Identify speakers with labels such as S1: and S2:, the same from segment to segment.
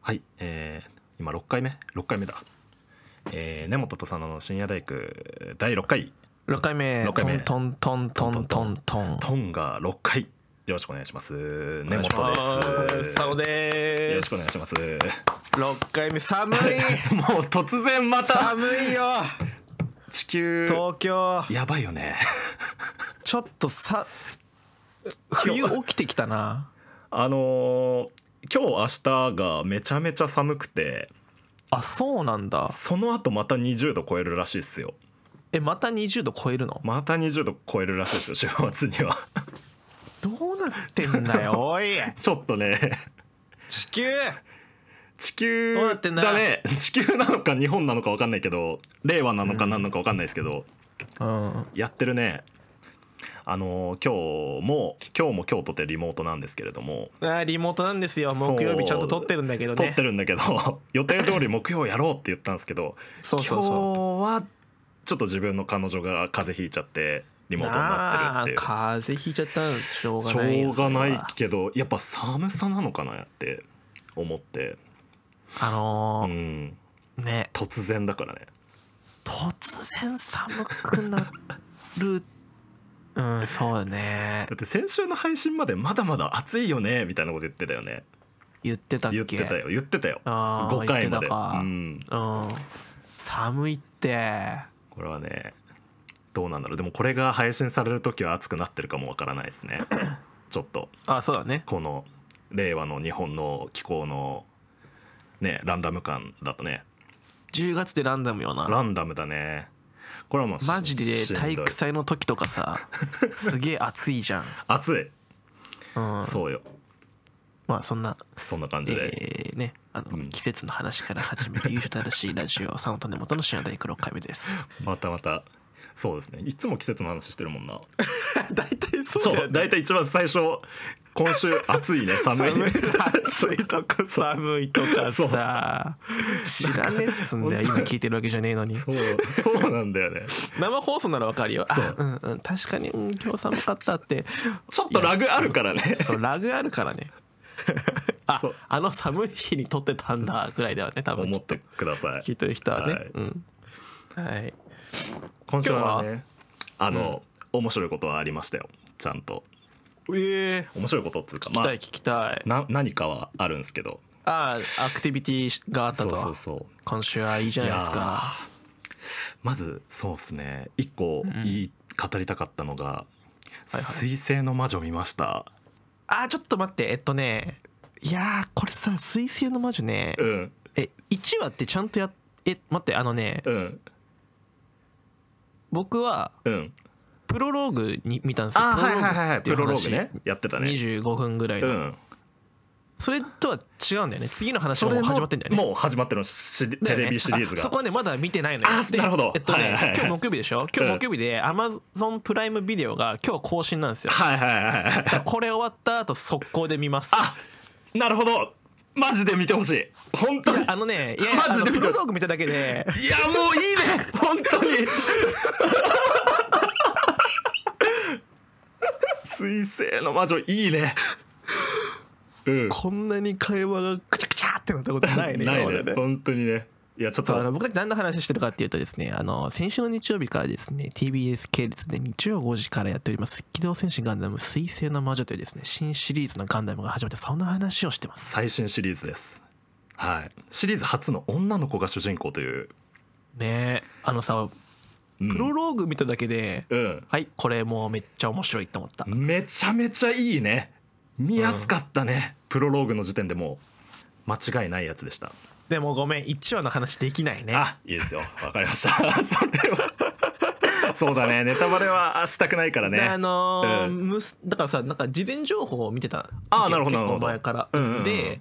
S1: はい、えー、今6回目6回目だ、えー、根本と佐野の深夜大工第6回
S2: 6回目
S1: 六回目
S2: トントントントントン
S1: トンが6回よろしくお願いします根本です
S2: サオです
S1: よろしくお願いします
S2: 6回目 寒い
S1: もう突然また
S2: 寒いよ
S1: 地球
S2: 東京
S1: やばいよね
S2: ちょっとさ冬起きてきたな
S1: あのー今日明日がめちゃめちゃ寒くて
S2: あそうなんだ
S1: その後また20度超えるらしいですよ
S2: えまた20度超えるの
S1: また20度超えるらしいですよ週末には
S2: どうなってんだよおい
S1: ちょっとね
S2: 地球
S1: 地球
S2: どうなってんだ
S1: だ ね地球なのか日本なのか分かんないけど令和なのか何なのか分かんないですけど、
S2: うん
S1: やってるねあのー今日も今日も今日とてリモートなんですけれども
S2: あリモートなんですよ木曜日ちゃんと撮ってるんだけど
S1: 撮
S2: ね
S1: ってるんだけど 予定通り木曜やろうって言ったんですけど
S2: そうそうそう
S1: 今日はちょっと自分の彼女が風邪ひいちゃってリモートにな
S2: あ
S1: っ
S2: あ
S1: てるっていう
S2: 風邪ひいちゃったのしょうがないよ
S1: しょうがな
S2: それ
S1: い
S2: は
S1: けどやっぱ寒さなのかなって思って
S2: あ
S1: う
S2: の
S1: ん
S2: ーね
S1: 突然だからね
S2: 突然寒くなる うんそうね
S1: だって先週の配信までまだまだ暑いよねみたいなこと言ってたよね
S2: 言ってたっけ
S1: 言ってたよ言ってたよ
S2: あー
S1: 5回ま
S2: 言って
S1: で
S2: たか
S1: うん
S2: うん寒いって
S1: これはねどうなんだろうでもこれが配信される時は暑くなってるかもわからないです ねちょっと
S2: あそうだね
S1: この令和の日本の気候のねランダム感だとね
S2: 10月でランダムよな
S1: ランダムだねこれはもう
S2: マジ
S1: し
S2: で
S1: んどい
S2: 体育祭の時とかさすげえ暑いじゃん、
S1: 暑い
S2: うん、
S1: そうよ
S2: まあそんな、
S1: そんな感じで、
S2: えーねあの、
S1: うん
S2: 季節の話から始める優勝正しいラジオ佐野種元の深夜大工6回目です
S1: またまたそうですねいつも季節の話してるもんな
S2: 大 体
S1: そう大体一番最初今週暑 いね寒い
S2: 寒い暑いとか寒いとかさ知らねえっつんだよ今聞いてるわけじゃねえのに
S1: そうそうなんだよね
S2: 生放送ならわかるよ
S1: そう
S2: あうんうん確かに、うん、今日寒かったって
S1: ちょっとラグあるからね
S2: そうラグあるからねあ
S1: そう
S2: あの寒い日に撮ってたんだぐらいではね多分
S1: 思
S2: き
S1: っ
S2: っと
S1: てください
S2: 聞いてる人はね、
S1: はい
S2: うんはい
S1: 今週はねあの、面白いことはありましたよちゃんと
S2: ええ
S1: 面白いことっつうか
S2: 聞き
S1: ま
S2: た
S1: あ
S2: い聞きたい
S1: な何かはあるんですけど
S2: ああアクティビティがあった
S1: そう
S2: と
S1: そうそう
S2: 今週はいいじゃないです
S1: いや
S2: か
S1: まずそうですね一個
S2: ん
S1: 言い語りたかったのが「
S2: いはい
S1: 水星の魔女」見ました
S2: あーちょっと待ってえっとねいやーこれさ「水星の魔女ね」
S1: うん
S2: え1話ってちゃんとやっえ待ってあのね
S1: うん
S2: 僕は
S1: うん
S2: プロローグに見たんですよ
S1: あはいはいはいはいプ
S2: プロ
S1: ロ
S2: ロ
S1: ロ
S2: ーグっ
S1: ーグ
S2: ていう話
S1: ねやってたね
S2: 25分ぐらいうの、
S1: ん
S2: それとは違うんだよね次の話
S1: そ
S2: はも
S1: れ
S2: う
S1: の
S2: 始まってんだよね
S1: もう始まってるのし
S2: だ
S1: テ
S2: よね
S1: レビシリーズ
S2: あそ
S1: が
S2: こはねまだ見てないのよ
S1: あ
S2: で
S1: なるほど
S2: えっとね、
S1: はいはいはい
S2: 今日木曜日でしょ
S1: う
S2: 今日
S1: ん
S2: 木曜日で Amazon プライムビデオが今日更新なんです よ
S1: はいはいはいは
S2: だからこれ終わった後速攻で見ます
S1: いなるほどマジで見てほしい本当に
S2: あのねいや
S1: マジで
S2: あの
S1: 見
S2: プ
S1: て
S2: ロ
S1: ほしい
S2: ローグ見ただけで
S1: いやもういいね本当 に水星の魔女いいねうん
S2: こんなに会話がくちゃくちゃってなったことない ね
S1: ない
S2: 今まで
S1: ね本当にねいやちょっ
S2: そうあ
S1: と
S2: の僕たち何の話してるかっていうとですねあの先週の日曜日からですね TBS 系列で日曜5時からやっております「機動戦士ガンダム水星の魔女」というですね新シリーズのガンダムが始まってその話をしてます
S1: 最新シリーズですはいシリーズ初の女の子が主人公という、
S2: ねえあのさ
S1: うん、
S2: プロローグ見ただけで、
S1: うん
S2: はいこれもうめっちゃ面白いと思った
S1: めちゃめちゃいいね見やすかったね、プロローグの時点でもう間違いないやつでした
S2: でもごめん1話の話できないね
S1: あいいですよわかりました それはそうだねネタバレはしたくないからね
S2: であのー
S1: うん
S2: むすだからさなんか事前情報を見てた
S1: あーなるほどなる
S2: 結構
S1: ほど
S2: 前から、
S1: うんうんうん
S2: で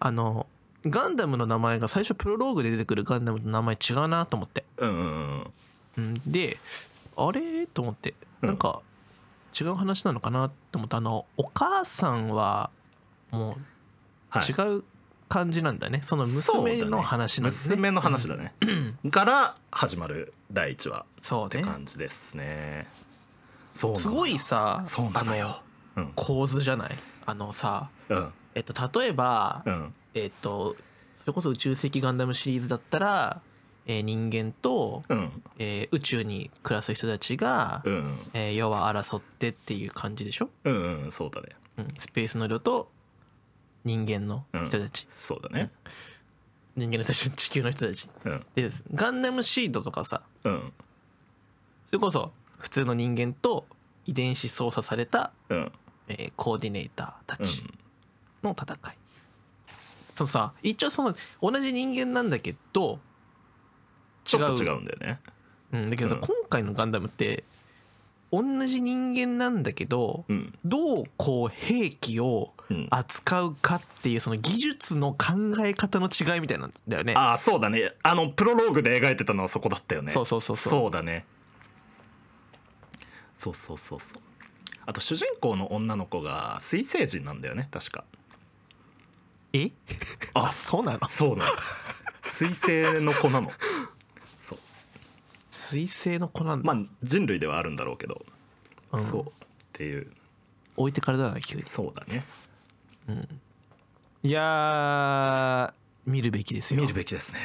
S2: あのガンダムの名前が最初プロローグで出てくるガンダムの名前違うなと思って、
S1: うんうんうん
S2: うん、であれと思って
S1: うん
S2: なんか違う話なのかなと思ってあのお母さんはも
S1: は
S2: う違う感じなんだね、その娘の話なんです
S1: そうだね娘
S2: ね
S1: の話だね、から始まる第一話
S2: そうね
S1: 感じですねそうなの
S2: すごいさ
S1: そうなのようん
S2: 構図じゃないあのさ
S1: うん
S2: えっと例えば、
S1: うん
S2: えっとそれこそ宇宙世紀ガンダムシリーズだったら、えー人間と、
S1: うん
S2: えー宇宙に暮らす人たちが、
S1: うん
S2: えー要は争ってっていう感じでしょ、
S1: うんうんそうだね
S2: うん、スペースの色と人間の人たち、
S1: そうだね
S2: 人間の人たち地球の人たち
S1: うん
S2: でガンダムシードとかさ
S1: うん
S2: それこそ普通の人間と遺伝子操作された、
S1: うん
S2: えーコーディネーターた
S1: うん
S2: ちの戦い、そのさ一応その同じ人間なんだけど
S1: ちょっと違うんだよね
S2: うん、だけどさ、
S1: うん
S2: 今回のガンダムって同じ人間なんだけど、
S1: うん
S2: どうこう兵器を
S1: うん
S2: 扱うかっていうその技術の考え方の違いみたいなんだよね。
S1: ああそうだねあのプロローグで描いてたのはそこだったよね
S2: そうそうそうそう
S1: そうだねそうそうそうそうあと主人公の女の子が水星人なんだよね確か
S2: え
S1: あ
S2: あそうなの
S1: そうなの 水星の子なのそう
S2: 水星の子なんだ、
S1: まあ人類ではあるんだろうけど、
S2: うん
S1: そうっていう
S2: 置いてからだな急に
S1: そうだね
S2: いやー見るべきですよ
S1: 見るべきですね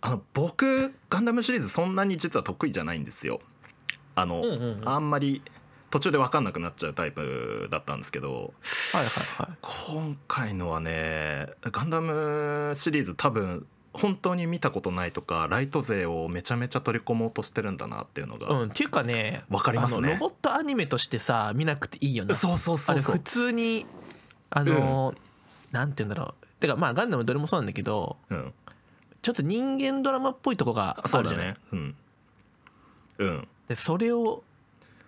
S1: あの僕ガンダムシリーズそんなに実は得意じゃないんですよあの、
S2: うんうんうん
S1: あんまり途中で分かんなくなっちゃうタイプだったんですけど
S2: はいはいはい
S1: 今回のはねガンダムシリーズ多分本当に見たことないとかライト勢をめちゃめちゃ取り込もうとしてるんだなっていうのが、
S2: うん、っていうかね
S1: わかりますね
S2: あのロボットアニメとしてさ見なくていいよな
S1: そうそうそうそ
S2: あれ
S1: う
S2: 普通にあのーなんて言うんだろうてかまあガンダムどれもそうなんだけど
S1: うん
S2: ちょっと人間ドラマっぽいとこがあ
S1: そう
S2: る
S1: だ
S2: じゃない
S1: ねうんうん
S2: でそれを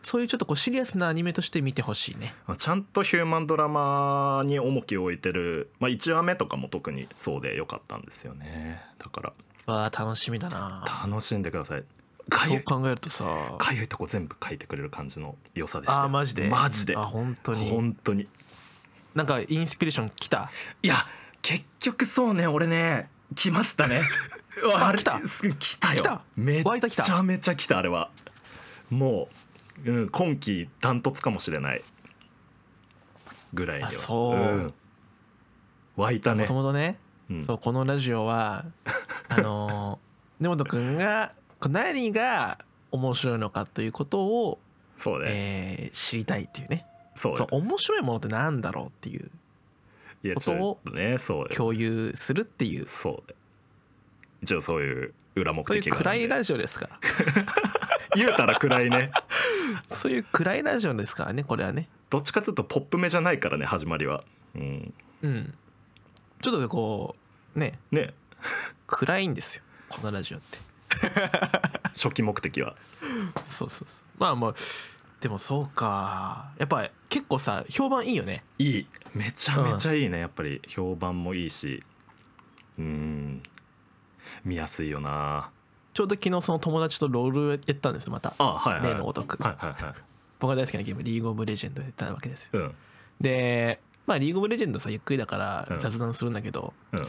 S2: そういうちょっとこうシリアスなアニメとして見てほしいね
S1: ちゃんとヒューマンドラマに重きを置いてる、まあ、1話目とかも特にそうでよかったんですよねだから
S2: わあ楽しみだな
S1: 楽しんでくださいか
S2: そ
S1: ゆ
S2: う
S1: い
S2: 考えるとさ
S1: かゆいとこ全部書いてくれる感じの良さでした
S2: あーマジで
S1: マジで
S2: あ本当に
S1: 本当に
S2: なんかインスピレーションきた
S1: いや結局そうね俺ね来ました ねうわ
S2: あ
S1: あれ
S2: 来た
S1: す来たよ
S2: 来た
S1: めっ
S2: 湧いてきた
S1: ちゃめちゃ来たあれはもう、うん、今季ダントツかもしれないぐらいには
S2: あそう
S1: 湧いた
S2: も
S1: ね
S2: ともとね、
S1: うん
S2: そうこのラジオは あのー根本くんがこう何が面白いのかということを、
S1: そうね、
S2: えー知りたいっていうね
S1: そう
S2: そう
S1: ね
S2: 面白いものってなんだろうっていう
S1: いや
S2: ことを
S1: ちょっとねそうね
S2: 共有するっていう
S1: そうね一応そういう裏目
S2: そうい
S1: 的
S2: う
S1: があ
S2: 暗
S1: るん
S2: い
S1: で
S2: ラジオです から
S1: 言うたら暗いね
S2: そういう暗いラジオですからねこれはね
S1: どっちかというとポップ目じゃないからね始まりはうん
S2: うんちょっとこうね
S1: ね
S2: 暗いんですよこのラジオって
S1: 初期目的は
S2: そうそうそうまあまあでもそうかやっぱ結構さ評判いいよね
S1: いいめちゃめちゃいいね、やっぱり評判もいいしうーん見やすいよな
S2: ちょうど昨日その友達とロールやったんですまた
S1: あはいはい
S2: 例のごとく
S1: はいはいはい
S2: 僕が大好きなゲームリーグオブレジェンドやったわけですよ
S1: うん
S2: でまあリーグオブレジェンドさゆっくりだか
S1: う
S2: ら
S1: ん
S2: 雑談するんだけど、
S1: うん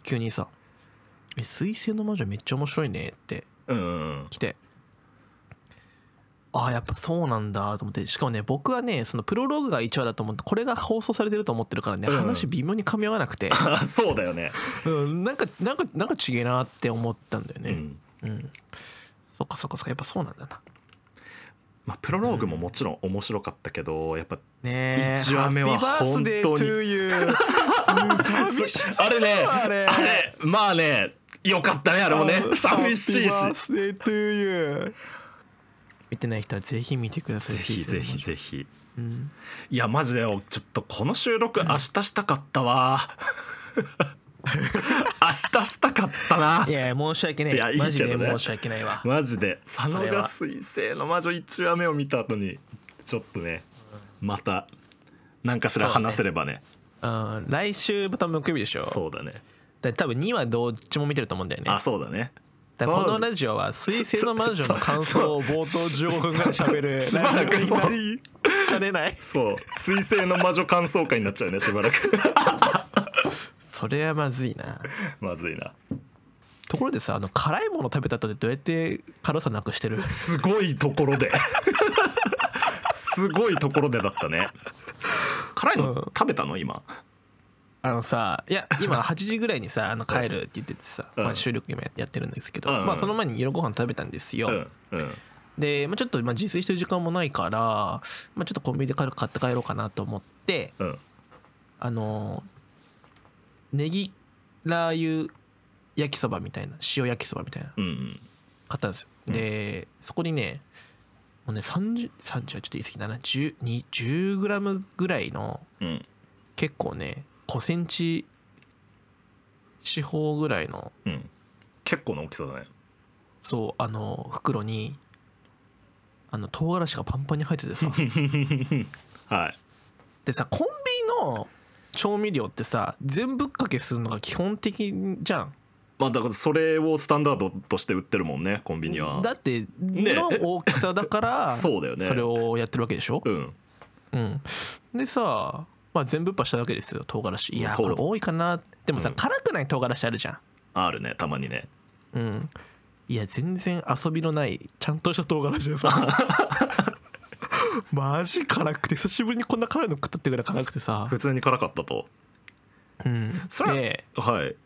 S2: 急にさ「え水星の魔女めっちゃ面白いね」って
S1: うんうん
S2: 来てああやっぱそうなんだと思ってしかもね僕はねそのプロローグが1話だと思ってこれが放送されてると思ってるからね、
S1: うんうん
S2: 話微妙に噛み合わなくて、
S1: あそうだよね
S2: うん、なんかなんかなんかちげえなって思ったんだよ
S1: う
S2: ね
S1: ん
S2: うん、そっかそっかそっかやっぱそうなんだな
S1: まあプロローグももちろん面白かったけどやっぱ
S2: ねえ
S1: 一話目は
S2: ハッピーバースデー
S1: 本当に
S2: to you 寂しす
S1: あれ
S2: ぎ
S1: ね
S2: るわあれ
S1: あれまあねよかったねあれもね寂しいし
S2: ハッピーバースデー to you 見てない人はぜひ見てください
S1: ぜひぜひぜひ
S2: ひ、うん
S1: いやマジでよちょっとこの収録明日したかったわ 明日したかったない
S2: や申し訳ない
S1: いやいいけど
S2: マ
S1: ね
S2: ジで申し訳ないわ
S1: マジで佐野
S2: それ
S1: が
S2: は
S1: 彗星の魔女1話目を見た後にちょっとねまた何かしら
S2: そうだね
S1: 話せればね
S2: うん来週また木曜日でしょ
S1: そうだね
S2: だ多分2はどっちも見てると思うんだよね
S1: あそうだね
S2: だからこのラジオは「水星の魔女」の感想を冒頭15分ぐらい喋る
S1: しば
S2: ラ
S1: らく
S2: ジオになりかねない
S1: そう彗星の魔女感想会になっちゃうねしばらく
S2: それはまずいな
S1: まずいな
S2: ところでさあの辛いもの食べた後でどうやって辛さなくしてる
S1: すごいところですごいところでだったね辛いの食べたの今
S2: ああのさいや今8時ぐらいにさあの帰るって言っててさ、
S1: うん
S2: まあ、収録今ややってるんですけど、
S1: うんうん
S2: まあ、その前に夜ご飯食べたんですよ、
S1: うんうん
S2: で、まあ、ちょっとまあ自炊してる時間もないから、まあ、ちょっとコンビニで軽く買って帰ろうかなと思って
S1: うん
S2: あのネギラー油焼きそばみたいな塩焼きそばみたいな
S1: うん
S2: 買ったんですよ、でそこにねもうね3030はちょっと言い過ぎだな1 0グラムぐらいの
S1: うん
S2: 結構ね5センチ四方ぐらいの
S1: うん結構な大きさだね
S2: そうあの袋にあの唐辛子がパンパンに入っててさ
S1: はい
S2: でさコンビニの調味料ってさ全ぶっかけするのが基本的じゃん
S1: まあだからそれをスタンダードとして売ってるもんねコンビニは
S2: だって
S1: ね
S2: の大きさだか ら
S1: そうだよね
S2: それをやってるわけでしょ、
S1: うん
S2: うん、でさ、まあ、全部っぱしたわけですよ唐辛子いや
S1: 唐
S2: これ多いかなでもさ、
S1: うん
S2: 辛くない唐辛子あるじゃん
S1: あるねたまにね
S2: うんいや全然遊びのないちゃんとした唐辛 子でさマジ辛くて久しぶりにこんな辛いの食ったってぐらい辛くてさ、
S1: 普通に辛かったと
S2: うん、
S1: それは
S2: で
S1: はい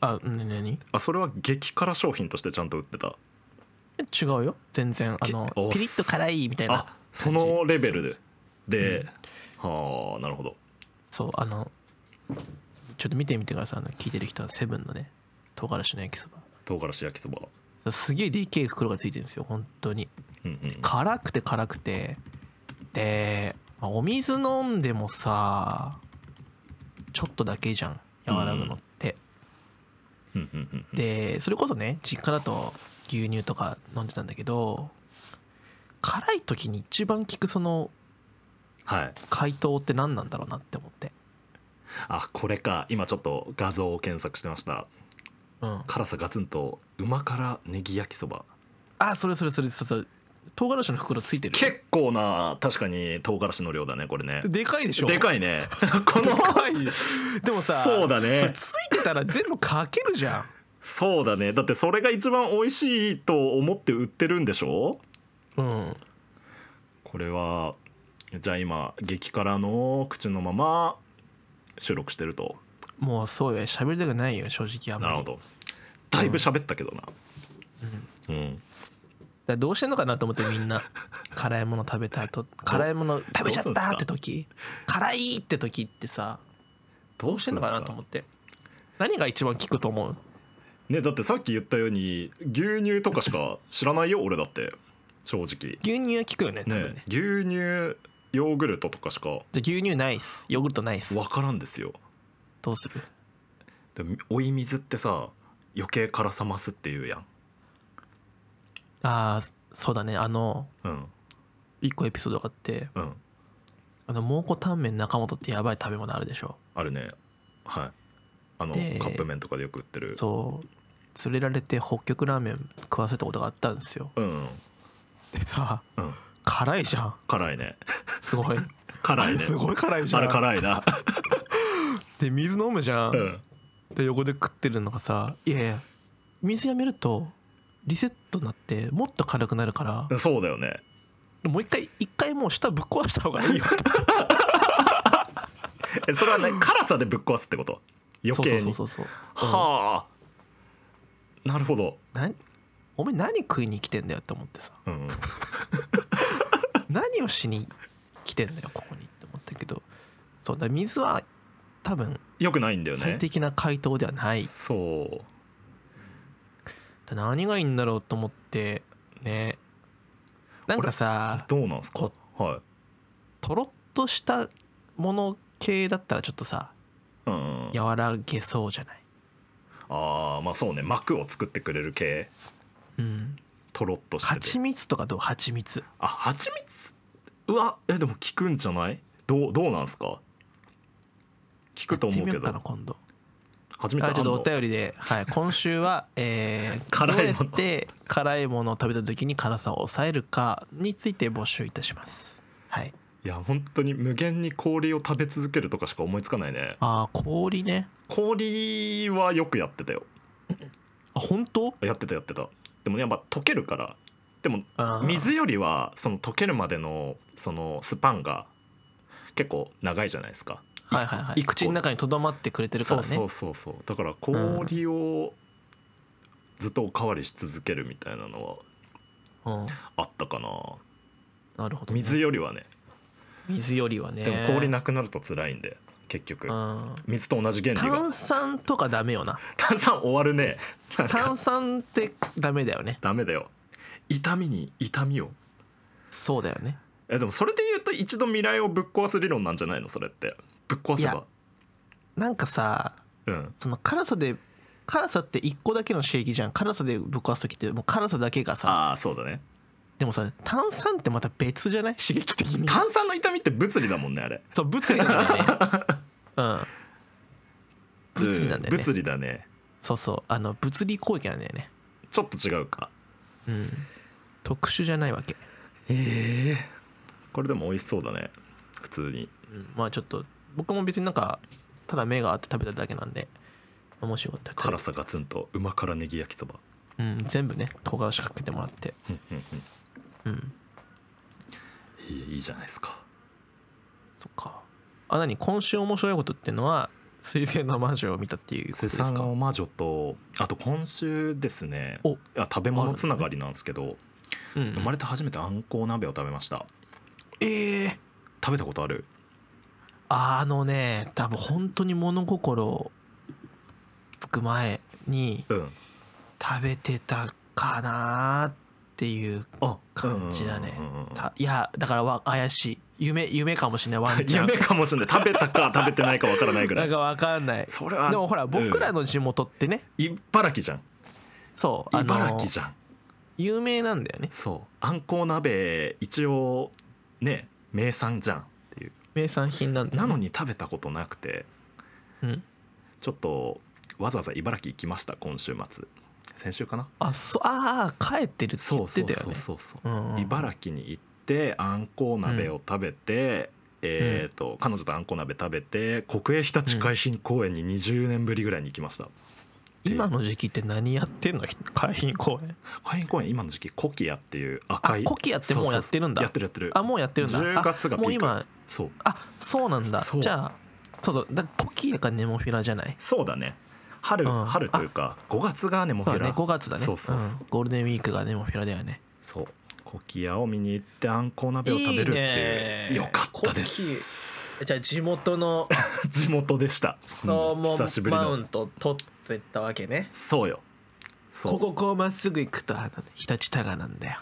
S2: あななに
S1: あそれは激辛商品としてちゃんと売ってた
S2: 違うよ全然あの
S1: お
S2: ピリッと辛いみたいな
S1: あそのレベルで
S2: そう
S1: で、はあなるほど
S2: そうあのちょっと見てみてくださいあの聞いてる人はセブンのね唐辛子の焼きそ
S1: 唐辛子焼きそば
S2: ばすげえでっけえ袋がついてるんですよ本当に
S1: うんうん
S2: 辛くて辛くてで、まあお水飲んでもさちょっとだけじゃん和らぐのって、
S1: うんうんうん
S2: でそれこそね実家だと牛乳とか飲んでたんだけど辛い時に一番効くその
S1: はい
S2: 解凍って何なんだろうなって思って
S1: あこれか今ちょっと画像を検索してました
S2: うん
S1: 辛さガツンと旨辛ネギ焼きそば
S2: あそれそれそれそうそう唐辛子の袋ついてる
S1: 結構な確かに唐辛子の量だねこれね
S2: でかいでしょ
S1: で
S2: い
S1: かい ねこ の
S2: でもさ
S1: そうだ
S2: それ
S1: ね
S2: ついてたら全部かけるじゃん
S1: そうだねだってそれが一番美味しいと思って売ってるんでしょ
S2: うん
S1: これはじゃあ今激辛の口のまま収録してると
S2: もうそうよ喋りたくないよ正直あんま
S1: な
S2: り
S1: るほどだいぶ喋ったけどなうん、
S2: だからどうしてんのかなと思ってみ んな辛いもの食べた後辛いもの食べちゃったって時辛いって時ってさ
S1: ど
S2: どうしてんのかなと思って何が一番効くと思う
S1: ねだってさっき言ったように牛乳とかしか知らないよ俺だって正直
S2: 牛乳は効くよね多分ね
S1: ね牛乳ヨーグルトとかしか
S2: じゃあ牛乳ないっすヨーグルトないっす
S1: 分からんですよ
S2: どうする
S1: でも追い水ってさ余計辛さ増すっていうやん
S2: ああそうだねあの
S1: うん
S2: 一個エピソードがあって
S1: うん
S2: あの蒙古タンメン中本ってやばい食べ物あるでしょ
S1: あるねはいあのカ
S2: で
S1: ップ麺とかでよく売ってる
S2: そう連れられて北極ラーメン食わせたことがあったんですよ
S1: うんうん
S2: でさ
S1: うん
S2: 辛いじゃん
S1: 辛いね
S2: すごい
S1: 辛いね
S2: すごい辛いじゃ
S1: あ
S2: ん
S1: れ辛いな
S2: で水飲むじゃん、
S1: うん
S2: で横で食ってるのがさいやいや水やめるとリセットになってもっと軽くなるから
S1: そうだよね
S2: もう一回一回もう舌ぶっ壊した方がいいよ
S1: えそれはね辛さでぶっ壊すってこと 余計に
S2: そうそうそうそうそう
S1: はあなるほど
S2: うんなお前何食いに来てんだよって思ってさ
S1: うん
S2: 何をしに来てんだよここにって思ったけどそうだ水は多分
S1: よくないんだよ
S2: 最
S1: ね
S2: 適な回答ではない
S1: そう
S2: だ何がいいんだろうと思ってねなんかさ
S1: どうなんすか
S2: こ
S1: はい
S2: とろっとしたもの系だったらちょっとさ
S1: うんうん
S2: 和らげそうじゃない
S1: ああまあそうね膜を作ってくれる系
S2: うん
S1: とろっとしてて
S2: 蜂蜜とかどう蜂蜜
S1: あ蜂蜜うわえでも効くんじゃないどうどうなんすか効くと思う
S2: やってみ
S1: け
S2: ようかな
S1: ど
S2: 今度
S1: 蜂蜜
S2: あちょっと
S1: あ
S2: お
S1: んの
S2: 便りで、はい、今 週は、えー、
S1: 辛いもの
S2: どうやって辛いものを食べた時に辛さを抑えるかについて募集いたしますはい
S1: いや本当に無限に氷を食べ続けるとかしか思いつかないね
S2: あー氷ね
S1: 氷はよくやってたよ
S2: あ本当
S1: やってたやってたでもねやっぱ溶けるからでも
S2: あー
S1: 水よりはその溶けるまでのそのスパンが結構長いじゃないですか
S2: はいはいはい
S1: 一個
S2: 口の中にとどまってくれてるからね
S1: そうそうそうそうだから氷をずっとおかわりし続けるみたいなの
S2: うん、
S1: はあったかな
S2: なるほどね、
S1: 水よりはね
S2: 水よりはね
S1: でも氷なくなると辛いんで結局
S2: うん
S1: 水と同じ原理が
S2: 炭酸とかダメよな
S1: 炭酸終わるね なんか
S2: 炭酸ってダメだよね
S1: ダメだよ痛みに痛みを
S2: そうだよね
S1: えでもそれで言うと一度未来をぶっ壊す理論なんじゃないのそれってぶっ壊せ
S2: いや
S1: ば
S2: なんかさ
S1: うん
S2: その辛さで辛さって一個だけの刺激じゃん辛さでぶっ壊す時ってもう辛さだけがさ
S1: ああそうだね
S2: でもさ炭酸ってまた別じゃない刺激的に
S1: 炭酸の痛みって物理だもんねあれ
S2: そう物理な んだよねうん物理なんだよ
S1: う
S2: ね
S1: 物理だね
S2: そうそうあの物理攻撃なんだよね
S1: ちょっと違うか
S2: うん特殊じゃないわけ、
S1: ええこれでも美味しそうだね普通に
S2: うんまあちょっと僕も別になんかただ目が合って食べただけなんで面白かったら
S1: 辛さガツンと旨辛ネギ焼きそば
S2: うん、全部ね唐辛子かけてもらって
S1: うんうんうん
S2: うん
S1: いいいいじゃないですか
S2: そっかあ何今週面白いことってのは「水星の魔女」を見たっていうこと
S1: セ
S2: ですか
S1: サの魔女とあと今週ですね
S2: お
S1: あ食べ物つながりなんですけど
S2: うん
S1: 生まれて初めてあんこう鍋を食べました
S2: ええ
S1: 食べたことある
S2: あのね多分本当に物心つく前に
S1: うん
S2: 食べてたかなーっていう
S1: あ
S2: 感じだね
S1: うんうんうんうん
S2: たいやだからわ怪しい夢夢かもしれないワンちゃん
S1: 夢かもしれない食べたか食べてないかわからないぐら
S2: なん
S1: い
S2: かわかんない
S1: それは
S2: でもほら僕ら
S1: の、
S2: の地元ってね、
S1: うん茨城じゃん
S2: そうあの
S1: 茨城じゃん
S2: 有名なんだよね
S1: そうあんこう鍋一応ね名産じゃんっていう
S2: 名産品なんだよ
S1: な
S2: ね
S1: のに食べたことなくて
S2: うん
S1: ちょっとわざわざ茨城行きました今週末先週かな
S2: あそうああ帰ってるって
S1: そ
S2: 言
S1: う
S2: っ
S1: そ
S2: て
S1: う
S2: たよ
S1: そ
S2: ね
S1: うそうそう
S2: うんうん
S1: 茨城に行ってあんこう鍋を食べて、えー、と彼女とあんこう鍋食べて国営ひたち海浜公園に20年ぶりぐらいに行きました、
S2: 今の時期って何やってんの海浜公園
S1: 海浜公園今の時期コキアっていう赤い
S2: あコキアってもうやってるんだ
S1: そうそうそうやってるやってる
S2: あもうやってるんだ
S1: 10月が
S2: あもう
S1: ピーク
S2: 今
S1: そう
S2: あそうなんだ
S1: そう
S2: じゃあそうそうだからコキアかネモフィラじゃない
S1: そうだね春、
S2: うん
S1: 春というか5月がねモフ
S2: そう
S1: ィ
S2: だ
S1: ラ、
S2: ね5月だね
S1: そうそうそう、
S2: んゴールデンウィークがネモフィラだよね
S1: そうコキアを見に行ってあんこう鍋を食べるっていう
S2: いいね
S1: よかったです
S2: じゃあ地元の
S1: 地元でした、うん 久しぶりの
S2: ント取ってったわけね
S1: そうよそう
S2: こここうまっすぐ行くとあの日立田がなんだ よ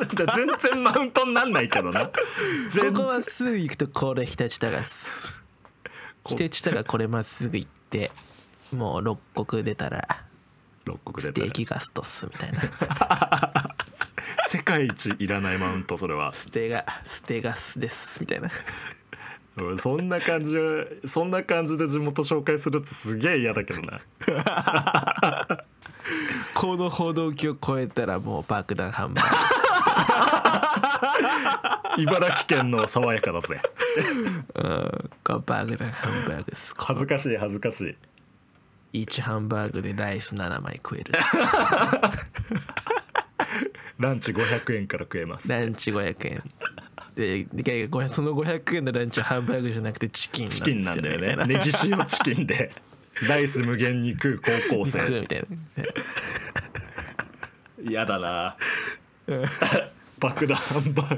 S2: みたいな
S1: 全然マウントになんないけど な全
S2: ここ
S1: 然
S2: はすぐ行くとこれ日立田がす
S1: こ
S2: 日立田がこれまっすぐ行ってもう六国出たら
S1: 六国
S2: ス
S1: で
S2: テーキガストっすみた いな
S1: 世界一いらないマウントそれは
S2: ステがステガスですみたいな
S1: 俺そんな感じそんな感じで地元紹介するやつすげえ嫌だけど な
S2: この歩道橋越えたらもう爆弾ハンバー
S1: 茨城県の爽やかだぜ
S2: グ、うん、こう爆弾ハンバーグっす
S1: 恥ずかしい恥ずかしい
S2: 1ハンバーグでライス7枚食えるっ
S1: ランチ500円から食えますす
S2: ランチ500円でで500その500円のランチはハンバーグじゃなくてチキンなんです
S1: チ
S2: よ
S1: キンなんだよ
S2: みた
S1: ね
S2: いな
S1: ネギ塩チキン でライス無限に食う高校
S2: 来る
S1: 生
S2: みたいな
S1: 嫌だな爆弾ハンバー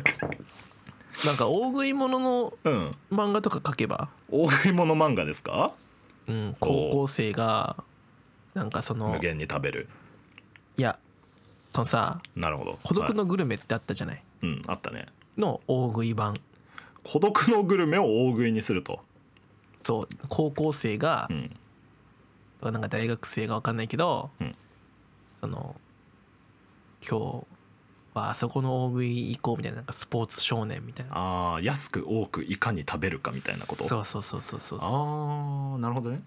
S2: なんか大食い物の
S1: グうん
S2: 漫画とか書けば、
S1: 大食い物漫画ですか
S2: うん、高校生がなんかそ
S1: 無
S2: の
S1: 限に食べる
S2: いやそのさ
S1: なるほど
S2: 「孤独のグルメ」ってあったじゃない、
S1: はいうんあったね
S2: の大食い版
S1: 孤独のグルメを大食いにすると
S2: そう高校生が
S1: う、ん
S2: なんか大学生が分かんないけど、
S1: うん
S2: その今日はあそこの大食い行こうみたいななんかスポーツ少年みたいな
S1: ああ安く多くいかに食べるかみたいなこと
S2: そうそうそうそうそうそう
S1: ああなるほどね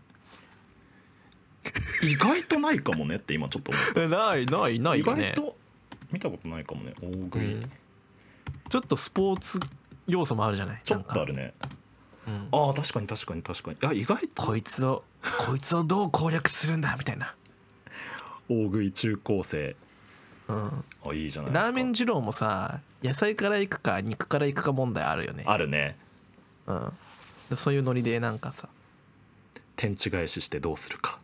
S1: 意外とないかもねって今ちょっと思った
S2: えないないない
S1: 意
S2: よね
S1: 外と見たことないかもね大食
S2: う
S1: い、
S2: んちょっとスポーツ要素もあるじゃない
S1: ちょっとあ
S2: なんか、
S1: るね
S2: うん
S1: ああ確かに確かに確かにあ意外と
S2: こいつをこいつをどう攻略するんだみたいな、
S1: 大食い中高生
S2: うん、
S1: あいいじゃないですか
S2: ラーメン二郎もさ野菜からいくか肉からいくか問題あるよね
S1: あるね
S2: うん、そういうノリでなんかさ
S1: 天地返ししてどうするか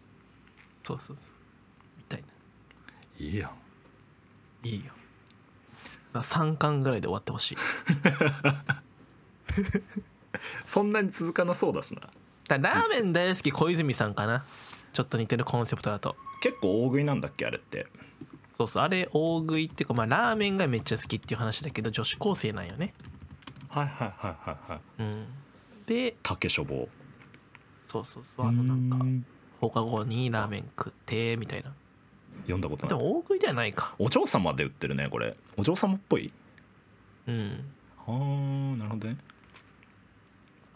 S2: そうそうそうみたいない
S1: いやん
S2: いいよ3巻ぐらいで終わってほ しい
S1: そんなに続かなそうだしな
S2: だラーメン大好き小泉さんかなちょっと似てるコンセプトだと
S1: 結構大食いなんだっけあれって
S2: そうそうあれ大食いっていうか、まあ、ラーメンがめっちゃ好きっていう話だけど女子高生なんよね
S1: はいはいはいはいはい
S2: うんで
S1: 竹書房
S2: そうそうそうあのなん
S1: う
S2: か
S1: ん
S2: 放課後にラーメン食ってみたいな
S1: 読んだこと
S2: で
S1: ない
S2: も大食いではないか
S1: お嬢様で売ってるねこれお嬢様っぽい
S2: うん
S1: あーなるほどね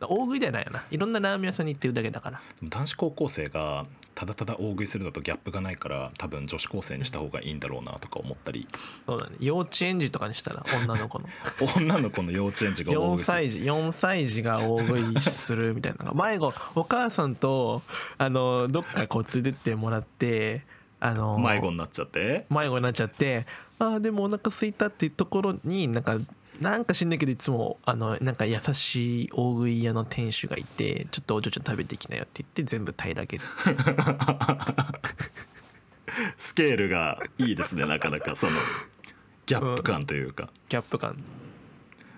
S2: 大食いではないよないろんなラーメン屋さんに行ってるだけだから
S1: でも男子高校生がただただ大食いするのとギャップがないから多分女子高生にした方がいいんだろうなとか思ったり
S2: そうだね幼稚園児とかにしたら女の子 の
S1: 女の子の幼稚園児が大
S2: 4
S1: 食いする
S2: 歳児4歳児が大食いするみたいなのが迷子お母さんとあのどっかこう連れてってもらってあの
S1: 迷子になっちゃって
S2: 迷子になっちゃってあーでもお腹空いたっていうところになんかなんか知んないけどいつもあのなんか優しい大食い屋の店主がいてちょっとお嬢ちゃん食べてきなよって言って全部平らげる
S1: スケールがいいですねな かなかそのギャップ感というか、
S2: ギャップ感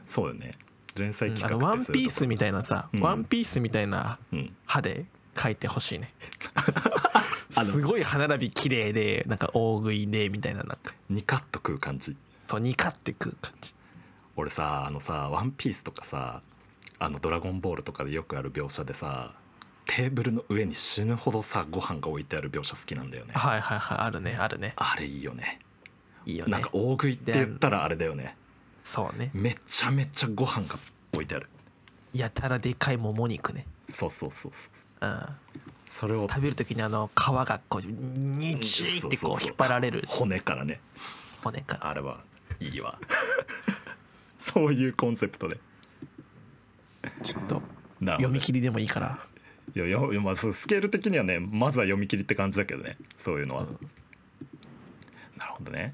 S1: そうよね連載
S2: あ
S1: 企
S2: の
S1: 画
S2: ワ
S1: って
S2: ン
S1: そうい
S2: ピ
S1: う
S2: ー
S1: とこ
S2: スみたいなさ、
S1: うん
S2: ワンピースみたいな
S1: うん
S2: 歯で書いてほしいね
S1: あの
S2: すごい歯並び綺麗でなんか大食いでみたいななんか
S1: ニカッと食う感じ
S2: そうニカって食う感じ
S1: 俺さあのさ「ワンピースとかさあの「ドラゴンボール」とかでよくある描写でさテーブルの上に死ぬほどさご飯が置いてある描写好きなんだよね
S2: はいはいはいあるねあるね
S1: あれいいよね
S2: いいよ
S1: な
S2: ね
S1: んか大食いって言ったらあれだよね
S2: そうね
S1: めちゃめちゃご飯が置いてある
S2: やたらでかいもも肉ね
S1: そうそうそうそう
S2: うん
S1: それを
S2: 食べる時にあの皮がこうにちーってこう引っ張られる
S1: 骨からね
S2: 骨から
S1: あれはいいわ そういうコンセプトで
S2: ちょっと
S1: なる
S2: 読
S1: ほど
S2: み切りでもいいから
S1: いやよ、まあ、そうスケール的にはねまずは読み切りって感じだけどねそういうのは、なるほどね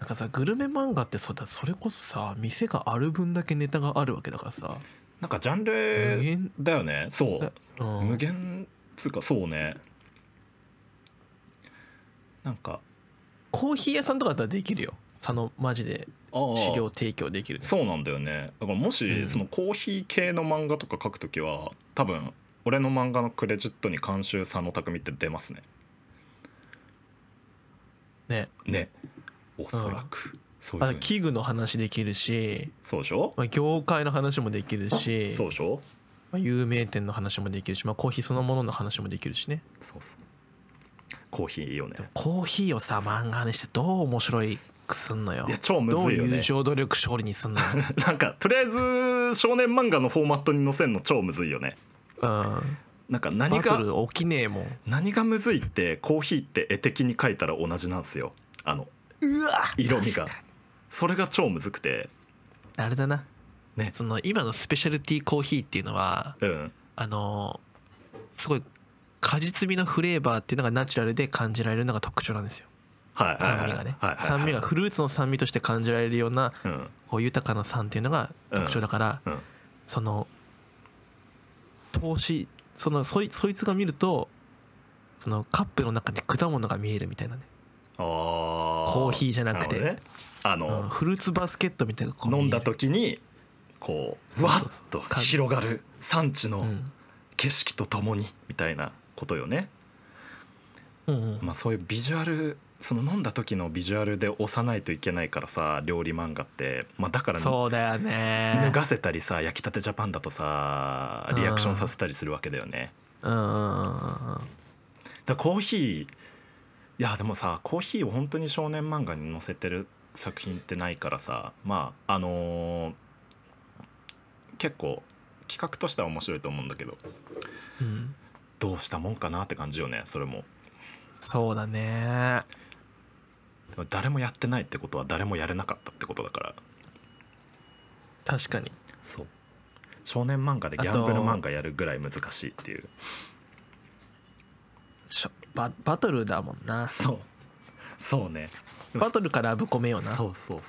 S2: なんかさグルメ漫画ってそうだそれこそさ店がある分だけネタがあるわけだからさ
S1: なんかジャン
S2: 無
S1: ル
S2: 限
S1: だよねそう、
S2: うん
S1: 無限つうかそうねなんか
S2: コーヒー屋さんとかだったらできるよそのマジで
S1: ああ
S2: 資料提供できるね
S1: そうなんだよねだからもし、
S2: うん
S1: そのコーヒー系の漫画とか書くときは多分俺の漫画のクレジットに監修さんの匠って出ますね
S2: ね
S1: ねおそらく、そういう
S2: あ
S1: ふうに
S2: 器具の話できるし、
S1: そうでしょ
S2: まあ、業界の話もできるし
S1: そう、でしょ
S2: まあ、有名店の話もできるし、まあ、コーヒーそのものの話もできるしね
S1: そうそうコーヒーいいよね
S2: コーヒーをさ漫画にしてどう面白いくすんのよ
S1: いや超むずいよね
S2: どう友情努力勝利にすんのよ、
S1: なんかとりあえず少年漫画のフォーマットに載せるの超むずいよね
S2: うん、
S1: なんか何
S2: バト
S1: が
S2: ル起きねえもん
S1: 何がむずいってコーヒーって絵的に描いたら同じなんですよあの
S2: うわ
S1: 色味が
S2: 確かに
S1: それが超むずくて
S2: あれだな
S1: ね
S2: その今のスペシャルティーコーヒーっていうのは
S1: うん
S2: あのすごい果実味のフレーバーっていうのがナチュラルで感じられるのが特徴なんですよ
S1: はいはいは
S2: 酸
S1: い
S2: 味がね
S1: はいはいはい
S2: 酸味がフルーツの酸味として感じられるような
S1: うん
S2: こう豊かな酸っていうのが特徴だから、
S1: うん
S2: その投資そのそいそいつが見るとそのカップの中に果物が見えるみたいなね、
S1: あ
S2: コーヒーじゃなくて
S1: るほどねあ
S2: うん
S1: の、
S2: フルーツバスケットみたいなこう見
S1: 飲
S2: える
S1: んだ時にこう
S2: そう
S1: わ
S2: そう
S1: っ
S2: そう
S1: と広がる産地
S2: う
S1: の
S2: ん
S1: 景色とともにみたいなことよね、
S2: うんうん
S1: まあ、そういうビジュアルその飲んだ時のビジュアルで押さないといけないからさ料理漫画って、まあ、だから
S2: そうだよ
S1: 脱
S2: ね
S1: がせたりさ焼きたてジャパンだとさリアクションさせたりするわけだよね
S2: うんうんうんうん
S1: だからコーヒーいやでもさコーヒーを本当に少年漫画に載せてる作品ってないからさまああのー結構企画としては面白いと思うんだけど
S2: うん
S1: どうしたもんかなって感じよねそれも
S2: そうだね
S1: でも誰もやってないってことは誰もやれなかったってことだから
S2: 確かに
S1: そう少年漫画でギャンブル漫画やるぐらい難しいっていう
S2: しょババトルだもんな
S1: そうそうねでも
S2: バトルからラブコメよな
S1: そうそう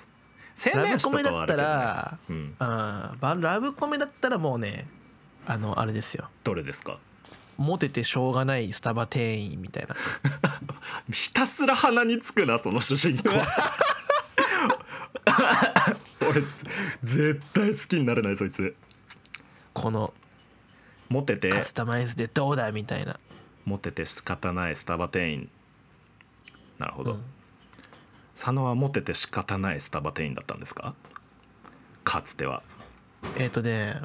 S1: 青
S2: ラ
S1: 年
S2: ブ
S1: 誌と
S2: コメ
S1: か
S2: だ
S1: はあ
S2: っ
S1: るけど
S2: た
S1: ね
S2: ら
S1: うん
S2: うんバラブコメだったらもうねあのあれですよ
S1: どれですか
S2: モテてしょうがないスタバ店員みた いな
S1: ひたすら鼻につくなその主人 公俺絶対好きになれないそいつ
S2: この
S1: モテて
S2: カスタマイズでどうだみたいな、
S1: モテて仕方ないスタバ店員なるほ
S2: う
S1: ど、
S2: ん、
S1: 佐野はモテて仕方ないスタバ店員だったんですかかつては
S2: えっ、とね、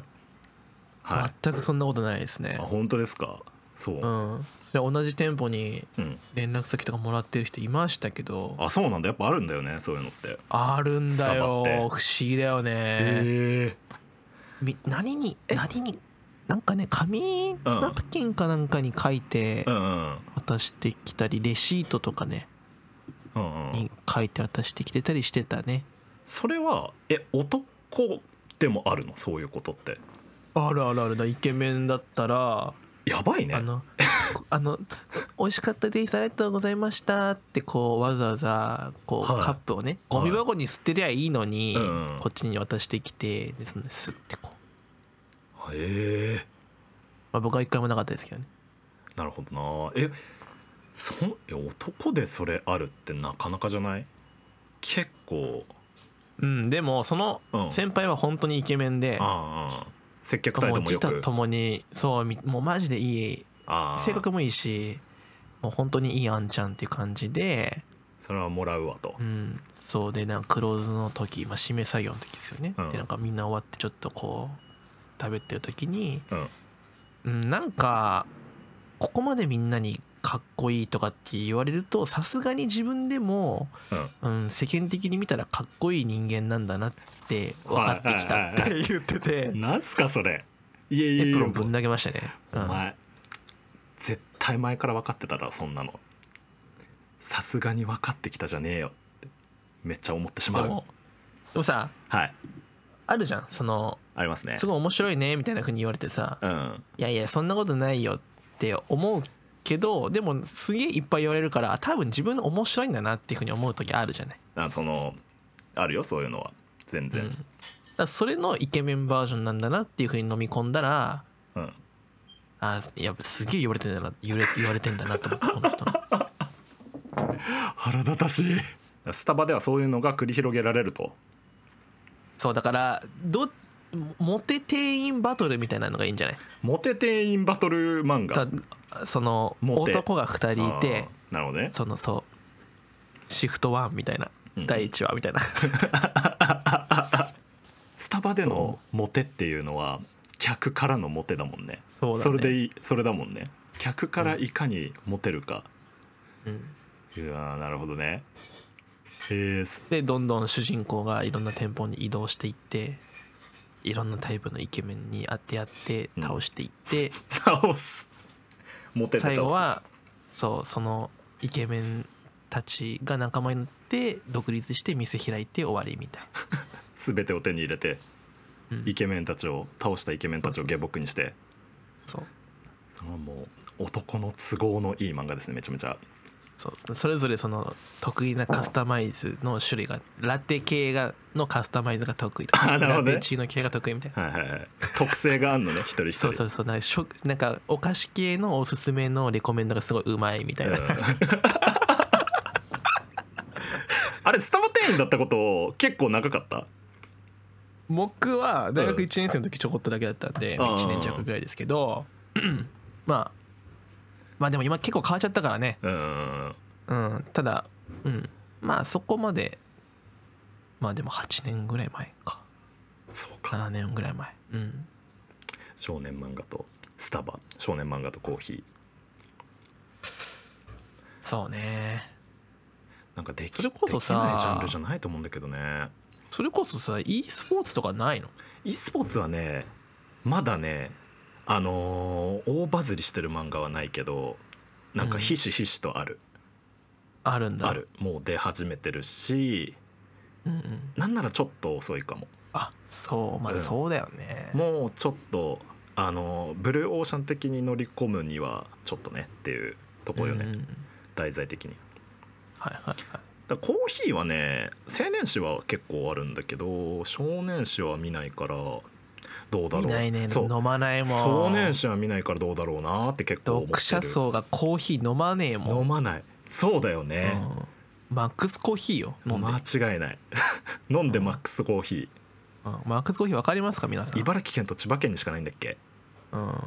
S1: はい、
S2: 全くそんなことないですね
S1: あ本当ですかそう、
S2: う
S1: うん
S2: んそれ同じ店舗に連絡先とかもらってる人いましたけど
S1: あそうなんだやっぱあるんだよねそういうのってへ
S2: あるん
S1: スタ
S2: だよ不
S1: バ
S2: 思
S1: って
S2: 議だよね、
S1: え
S2: み何に何になんかね紙ナプキンかなんかに書いて
S1: うんうん
S2: 渡してきたりレシートとかね
S1: うんうん
S2: に書いて渡してきてたりしてたね
S1: それはえ男でもあるのそういうことって
S2: あるあるあるだイケメンだったら
S1: やばいね
S2: あのこあの「美味しかったですありがとうございました」ってこうわざわざこう、
S1: はい
S2: カップをねゴミ箱に捨てりゃいいのに、
S1: うんうん
S2: こっちに渡してきてですねスッてこう、
S1: へえ
S2: まあ、僕は一回もなかったですけどね
S1: なるほどなえそんえ男でそれあるってなかなかじゃない結構
S2: うんでもその
S1: うん
S2: 先輩は本当にイケメンで、
S1: ああ接客態
S2: も
S1: 度
S2: う
S1: も
S2: 自
S1: よ
S2: 他
S1: く
S2: ともにそうみもうマジでいい
S1: ああ
S2: 性格もいいしもう本当にいいあんちゃんっていう感じで
S1: それはもらうわと
S2: うん、そうでなんかクローズの時、まあ、締め作業の時ですよね、
S1: うん
S2: でなんかみんな終わってちょっとこう食べてる時に、
S1: うん
S2: うん、なんかここまでみんなにかっこいいとかって言われるとさすがに自分でも、うん世間的に見たらかっこいい人間なんだなって分かってきたって言ってて
S1: なんすかそれいえいえいえ
S2: エプロンぶん投げましたね、う
S1: お
S2: ん、
S1: 前絶対前から分かってただろそんなのさすがに分かってきたじゃねえよってめっちゃ思ってし
S2: で
S1: まう
S2: もでもさ
S1: はい
S2: あるじゃんその
S1: ありますね
S2: すごい面白いねみたいな風に言われてさ、
S1: うん
S2: いやいやそんなことないよって思うけどでもすげえいっぱい言われるからあ多分自分面白いんだなっていうふうに思う時あるじゃない。
S1: あそのあるよそういうのは全
S2: うん、
S1: 然
S2: だからそれのイケメンバージョンなんだなっていうふうに飲み込んだら
S1: うん
S2: あいやすげえ言われてんだな言われ言われてんだなと思ったこの 人の
S1: 腹立たしいスタバではそういうのが繰り広げられると
S2: そうだからどモテ店員バトルみたいなのがいいんじゃない
S1: モテ店員バトル漫画
S2: たその
S1: モテ
S2: 男が2人いて
S1: あーなるほどね
S2: そのそうシフト1みたいな、
S1: うん
S2: 第1話みた いな
S1: スタバでのモテっていうのは客からのモテだもんね
S2: そうだね
S1: れでいいそれだもんね客からいかにモテるか、
S2: うん
S1: うわーなるほどねえー、す
S2: でどんどん主人公がいろんな店舗に移動していっていろんなタイプのイケメンに当て合って
S1: うん
S2: 倒していって、
S1: 倒すモテて倒す
S2: 最後はそうそのイケメンたちが仲間になって独立して店開いて終わりみたい
S1: 全てを手に入れて、
S2: うん
S1: イケメンたちを倒したイケメンたちを下僕にして
S2: なそう
S1: そのもう男の都合のいい漫画ですねめちゃめちゃ
S2: そうですねそれぞれその得意なカスタマイズの種類がラテ系がのカスタマイズが得意と
S1: あな
S2: か、
S1: るほ
S2: ラ
S1: どね
S2: テチーノ系が得意みたいな。
S1: はいはいはい特性があんのね一人一人
S2: そうそうそうなんかしょなんかお菓子系のおすすめのレコメンドがすごいうまいみたいな、
S1: うん あれスタバ店員だったこと結構長かった
S2: 僕は大学
S1: うん
S2: 1年生の時ちょこっとだけだったんで、まあ
S1: うんうんうん
S2: 1年弱ぐらいですけどまあまあでも今結構変わっちゃったからね、
S1: うん
S2: うん、ただ、うん、まあそこまでまあでも8年ぐらい前か
S1: そうか
S2: 7年ぐらい前うん
S1: 少年漫画とスタバ少年漫画とコーヒー
S2: そうね
S1: なんかでき
S2: それこそさ
S1: できないジャンルじゃないと思うんだけどね
S2: それこそさ e スポーツとかないの
S1: e スポーツはねまだねあのー大バズりしてる漫画はないけどなんかひしひしとある、
S2: あるんだ
S1: あ、るもう出始めてるし
S2: うんうん、
S1: なんならちょっと遅いかも
S2: あそうまあ
S1: うん
S2: そうだよね、
S1: もうちょっとあのブルーオーシャン的に乗り込むにはちょっとねっていうところよね、
S2: うんうん
S1: 題材的に
S2: はいはいはい
S1: だからコーヒーはね青年誌は結構あるんだけど少年誌は見ないからどうだろう
S2: 見ないね
S1: そう
S2: 飲まないもん
S1: 少年誌は見ないからどうだろうなって結構思ってる
S2: 読者層がコーヒー飲まねえもん
S1: 飲まないそうだよね、
S2: うんマックスコーヒーよ飲んで、
S1: 間違いない 飲んでマックスコーヒ
S2: うんマックスコーヒーわかりますか皆さ
S1: ー
S2: ん、
S1: 茨城県と千葉県にしかないんだっけ
S2: うん、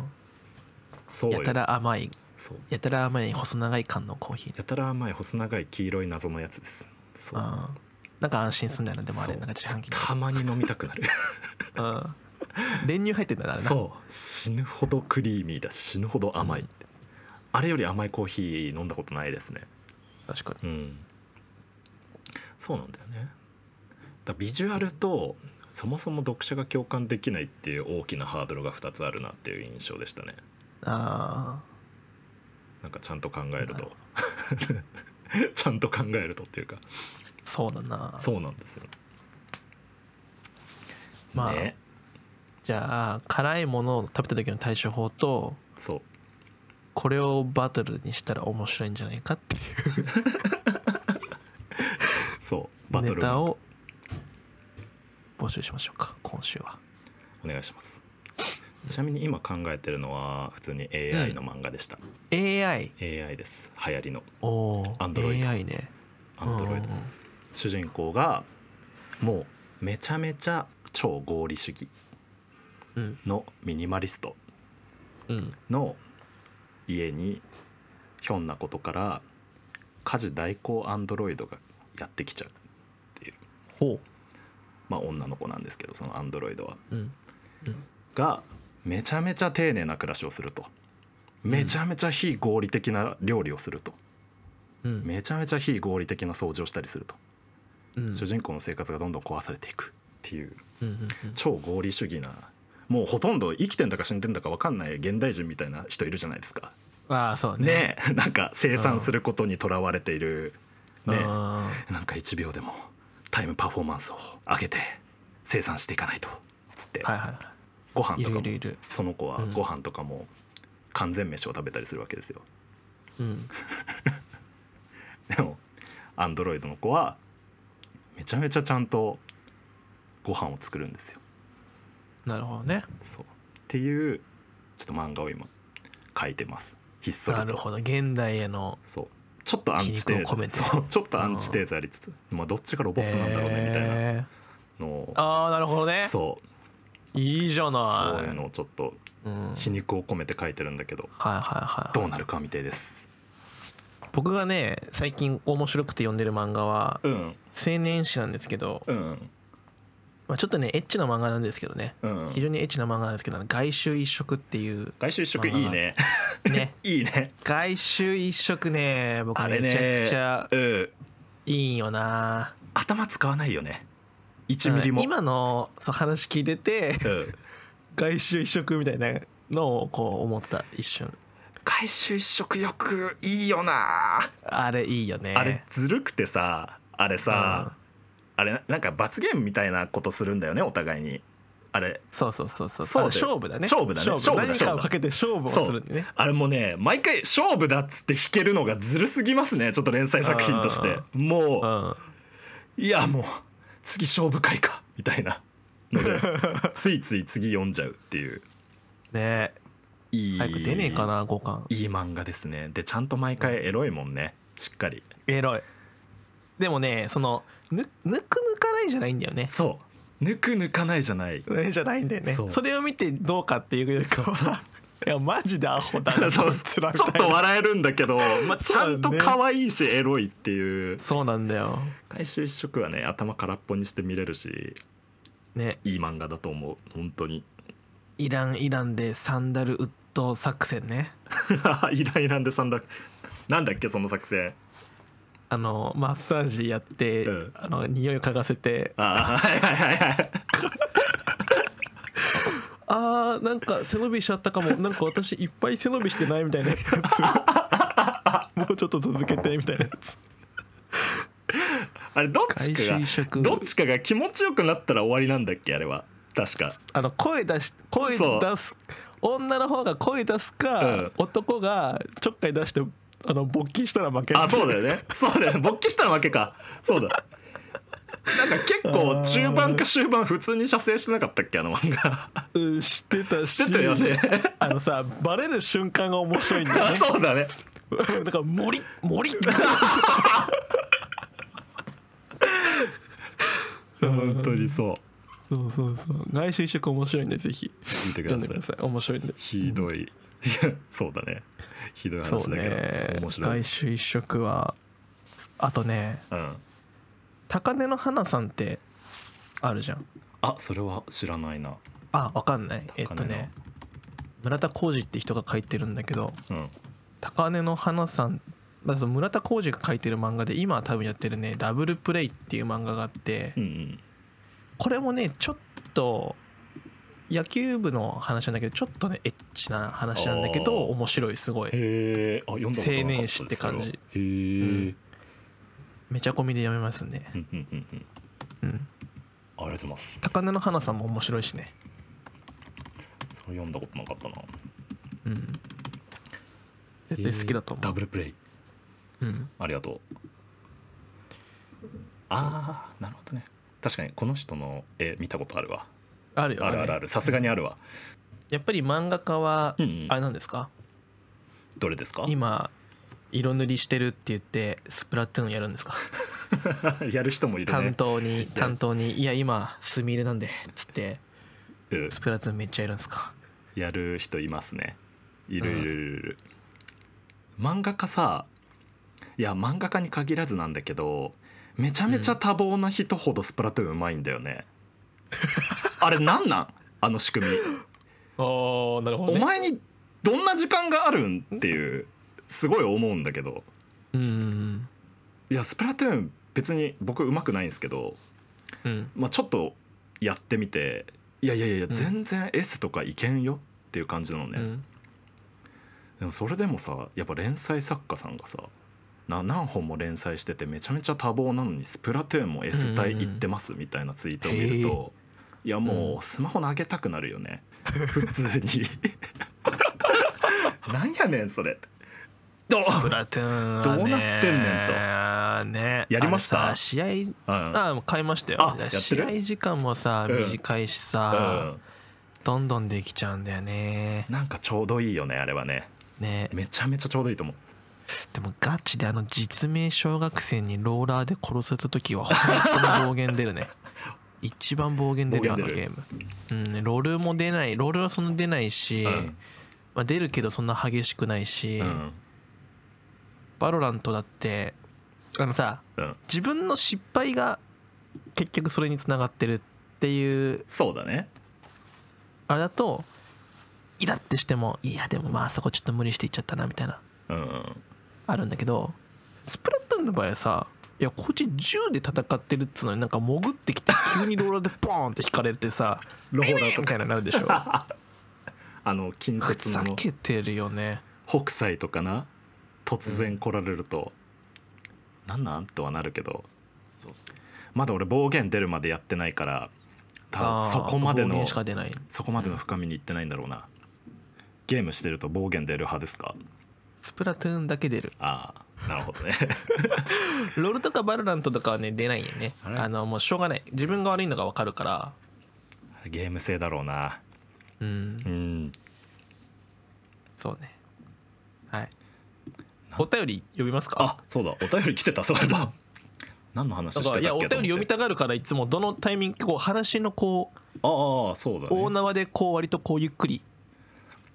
S1: そうよ
S2: やたら甘い
S1: そう
S2: やたら甘い細長い缶のコーヒーね
S1: やたら甘い細長い黄色い謎のやつですそう
S2: うんなんか安心すんだよなでもあれ
S1: そう
S2: なんか自販機
S1: たまに飲みたくなる
S2: うん練乳入ってんだからな
S1: そう死ぬほどクリーミーだし死ぬほど甘い、
S2: うん
S1: あれより甘いコーヒー飲んだことないですね
S2: 確か
S1: うんそうなんだよねだビジュアルとそもそも読者が共感できないっていう大きなハードルが2つあるなっていう印象でしたね
S2: にあ
S1: なんかちゃんと考えると ちゃんと考えるとっていうか
S2: あそうだな
S1: そうなんですよ
S2: まあ
S1: ね
S2: じゃあ辛いものを食べた時の対処法と
S1: そう
S2: これをバトルにしたら面白いんじゃないかってい
S1: そう
S2: う
S1: バト
S2: ネ
S1: ル
S2: タ
S1: を
S2: を募集しましょうか今週は
S1: お願いしますちなみに今考えてるのは普通に AI の漫画でした、
S2: AI
S1: AI です流行りの
S2: おお
S1: Android
S2: AI ね
S1: アンドロイド
S2: うんうんうん
S1: 主人公がもうめちゃめちゃ超合理主義
S2: うん
S1: のミニマリスト
S2: うん
S1: の家にひょんなことから家事代行アンドロイドがやってきちゃうっていう
S2: ほ
S1: まあ女の子なんですけどそのアンドロイドは
S2: ううん
S1: がめちゃめちゃ丁寧な暮らしをするとめちゃめちゃ非合理的な料理をすると、
S2: うん
S1: めちゃめちゃ非合理的な掃除をしたりすると、
S2: うん
S1: 主人公の生活がどんどん壊されていくっていう
S2: うんうん
S1: 超合理主義なもうほとんど生きてんだか死んでんだか分かんない現代人みたいな人いるじゃないですか
S2: うんああそうだね
S1: ね えなんか生産することにとらわれているねえ
S2: あ
S1: なんか1秒でもタイムパフォーマンスを上げて生産していかないとつって、
S2: あはいはいはい
S1: ご飯とかも
S2: いるいるいる
S1: その子は
S2: うん
S1: ご飯とかも完全飯を食べたりするわけですよ
S2: うん
S1: でもアンドロイドの子はめちゃめちゃちゃんとご飯を作るんですよ
S2: なるほどね
S1: そうっていうちょっと漫画を今書いてますひっそ
S2: な
S1: り
S2: る
S1: と
S2: ほど現代への
S1: そうちょっとアンチテ
S2: 皮肉を込め
S1: ー
S2: て
S1: ゼそうちょっとアンチテーゼありつつ、まあ、どっちがロボットなんだろうねみたいな
S2: え
S1: のを
S2: ーああなるほどね
S1: そう
S2: いいじゃな
S1: そ
S2: いう
S1: いうのをちょっと
S2: うん
S1: 皮肉を込めて書いてるんだけど
S2: はいはいはい
S1: どうなるかみたいです
S2: 僕がね最近面白くて読んでる漫画は
S1: うん
S2: 青年誌なんですけど、
S1: うん
S2: まあ、ちょっとねエッチな漫画なんですけどね
S1: うん
S2: 非常にエッチな漫画なんですけど外周一色っていう
S1: 外周一色いいね
S2: ね
S1: いいね
S2: 外周一色ね僕
S1: あれ
S2: め
S1: ね
S2: ちゃくちゃ
S1: うん
S2: いいんよな
S1: 頭使わないよね1ミリも
S2: 今のそう話聞いてて
S1: うん
S2: 外周一色みたいなのをこう思った一瞬
S1: 外周一色よくいいよな
S2: あれいいよね
S1: あれずるくてさあれ
S2: うん
S1: さあれななんか罰ゲームみたいなことするんだよねお互いにあれ
S2: そうそうそうそう。
S1: そうだよ
S2: あれ勝負だね。
S1: 勝負だね勝負だ
S2: 何かをかけて勝負を
S1: そう
S2: するんでね。
S1: あれもうね毎回勝負だっつって引けるのがずるすぎますねちょっと連載作品としてもう
S2: うん。
S1: いやもう次勝負会かみたいなの でついつい次読んじゃうっていう
S2: ね
S1: いい
S2: 早く出ねえかな五巻。
S1: いい漫画ですねでちゃんと毎回エロいもんねしっかり
S2: エロい。でもねそのぬぬくぬかないじゃないんだよね。
S1: そう抜く抜かないじゃない
S2: ね じゃないんだよね。
S1: そう
S2: それを見てどうかっていうよりかは。いやマジでアホだ
S1: そうちょ
S2: な こいつらみ
S1: ったと
S2: いな
S1: 笑えるんだけど、 まあ、ちゃんと可愛いしエロいっていう
S2: そうなんだよ
S1: 回収一色はね頭空っぽにして見れるし
S2: ね
S1: いい漫画だと思う本当に
S2: イランイランでサンダルウッド作戦ね
S1: イライランでさんだなんだっけその作戦
S2: あのマッサージやって、
S1: うん
S2: あの匂いを嗅がせて
S1: ああはいはいはいはい
S2: あーなんか背伸びしちゃったかもなんか私いっぱい背伸びしてないみたいなやつ もうちょっと続けてみたいなやつ
S1: あれどっちか
S2: 外周
S1: が
S2: 移植
S1: どっちかが気持ちよくなったら終わりなんだっけあれは確か
S2: あの声出し声
S1: そう
S2: 出す女の方が声出すか、
S1: うん
S2: 男がちょっかい出してあの勃起したら負け
S1: あそうだよねそうだよね勃起したら負けかそうだなんか結構中盤か終盤普通に射精してなかったっけあの漫画
S2: うんしてたし
S1: してたよね
S2: あのさバレる瞬間が面白いんだよ
S1: あ
S2: ね
S1: そうだね
S2: だから森森
S1: 本当にそう
S2: そうそうそう外周一色面白いんでぜひ
S1: 見てく
S2: 読
S1: だ
S2: ん
S1: さ
S2: で
S1: い
S2: ください面白いんで
S1: ひどいい やそうだねひどい
S2: そう
S1: 話だけど、
S2: ね
S1: 面白いで
S2: 外
S1: す
S2: 周一色はあとね
S1: うん
S2: 高根の花さんってあるじゃん
S1: あそれは知らないな
S2: あわかんないえっ
S1: 高
S2: と
S1: 根の
S2: ね村田浩二って人が書いてるんだけど
S1: うん
S2: 高根の花さん、まあ、その村田浩二が書いてる漫画で今は多分やってるね「ダブルプレイ」っていう漫画があって
S1: うんうん
S2: これもねちょっと野球部の話なんだけどちょっとねエッチな話なんだけど
S1: あー
S2: 面白いすごい
S1: へえあ読んだことなかったです
S2: 青年誌って感じ
S1: それはへえ
S2: めちゃ込みで読めますね
S1: うんうんうんうんあ
S2: うん
S1: りがとうございます
S2: 高根の花さんも面白いしね
S1: それ読んだことなかったな
S2: うん絶対好きだと
S1: へーダ
S2: 思う
S1: ブルプレイ
S2: うん
S1: ありがとうああなるほどね確かにこの人の絵見たことあるわ
S2: あるよ
S1: あるあるあるさすがにあるわ
S2: やっぱり漫画家は
S1: うんうん
S2: あれなんですか
S1: どれですか
S2: 今色塗りしてるって言ってスプラトゥーンやるんですか
S1: やる人もいるね
S2: 担当に担当に「いや今墨入れなんで」っつって
S1: うん
S2: スプラトゥーンめっちゃいるんですか
S1: やる人いますねいるいるいるいる、漫画家さいや漫画家に限らずなんだけどめちゃめちゃ多忙な人ほどスプラトゥーンうまいんだよね、あれなんなんあの仕組み
S2: ああなるほ
S1: お前にどんな時間があるんっていうすごい思うんだけど
S2: うんうん
S1: いやスプラトゥーン別に僕うまくないんですけど、
S2: うんうん
S1: まあ、ちょっとやってみていやいやいや
S2: ん
S1: 全然 S とかいけんよっていう感じなのね、
S2: うん
S1: でもそれでもさやっぱ連載作家さんがさな何本も連載しててめちゃめちゃ多忙なのに「スプラトゥーンも S 体いってます」みたいなツイートを見る
S2: へ
S1: と、いやもうスマホ投げたくなるよね普通 になんやねんそれどう
S2: スプラトゥーンはね
S1: どうなってんねんと
S2: ね
S1: やりました
S2: あれさ試合
S1: うん
S2: ああ買いましたよ
S1: あやってる
S2: 試合時間もさ
S1: うん
S2: 短いし
S1: う
S2: さ
S1: ん
S2: どんどんできちゃうんだよね
S1: なんかちょうどいいよねあれはね
S2: ね
S1: めちゃめちゃちょうどいいと思う
S2: でもガチであの実名小学生にローラーで殺された時は本当に暴言出 るね一番暴言出るよあ
S1: 暴
S2: の
S1: 言出
S2: ゲ
S1: る
S2: ームうんロールも出ないロールはそんな出ないし、
S1: うん
S2: まあ、出るけどそんな激しくないし、
S1: うん
S2: バロラントだってあのさ
S1: うん
S2: 自分の失敗が結局それにつながってるっていう
S1: そうだね
S2: あれだとイラってしてもいやでもまあそこちょっと無理していっちゃったなみたいな
S1: うん
S2: あるんだけどスプラトゥーンの場合はさいやこっち銃で戦ってるっつうのになんか潜ってきて急にローラーでポーンって引かれてさ
S1: ローラーと
S2: みたいななるでしょ
S1: あの近
S2: ふ
S1: 接
S2: ざ
S1: の
S2: けてるよね
S1: 北斎とかな突然来られると、なんなんとはなるけどまだ俺暴言出るまでやってないから多分
S2: あー
S1: そこまで
S2: 暴
S1: の
S2: 言しか出ない
S1: そこまでの深みにいってないんだろうな、ゲームしてると暴言出る派ですか
S2: スプラトゥーンだけ出る
S1: ああなるほ どね
S2: ロールとかバルラントとかはね出ないよね
S1: あれ
S2: あのもうしょうがない自分が悪いのが分かるから
S1: ゲーム性だろうな
S2: うん
S1: うん
S2: そうねはいお便り呼びますか
S1: あそうだお便り来てたそういえば何の話して
S2: だ
S1: たっ
S2: から
S1: け
S2: いやお便り読み
S1: と
S2: たがるからいつもどのタイミングこう話のこう
S1: 思ってああそうだ
S2: 大
S1: ね
S2: 縄でこう割とこうゆっくり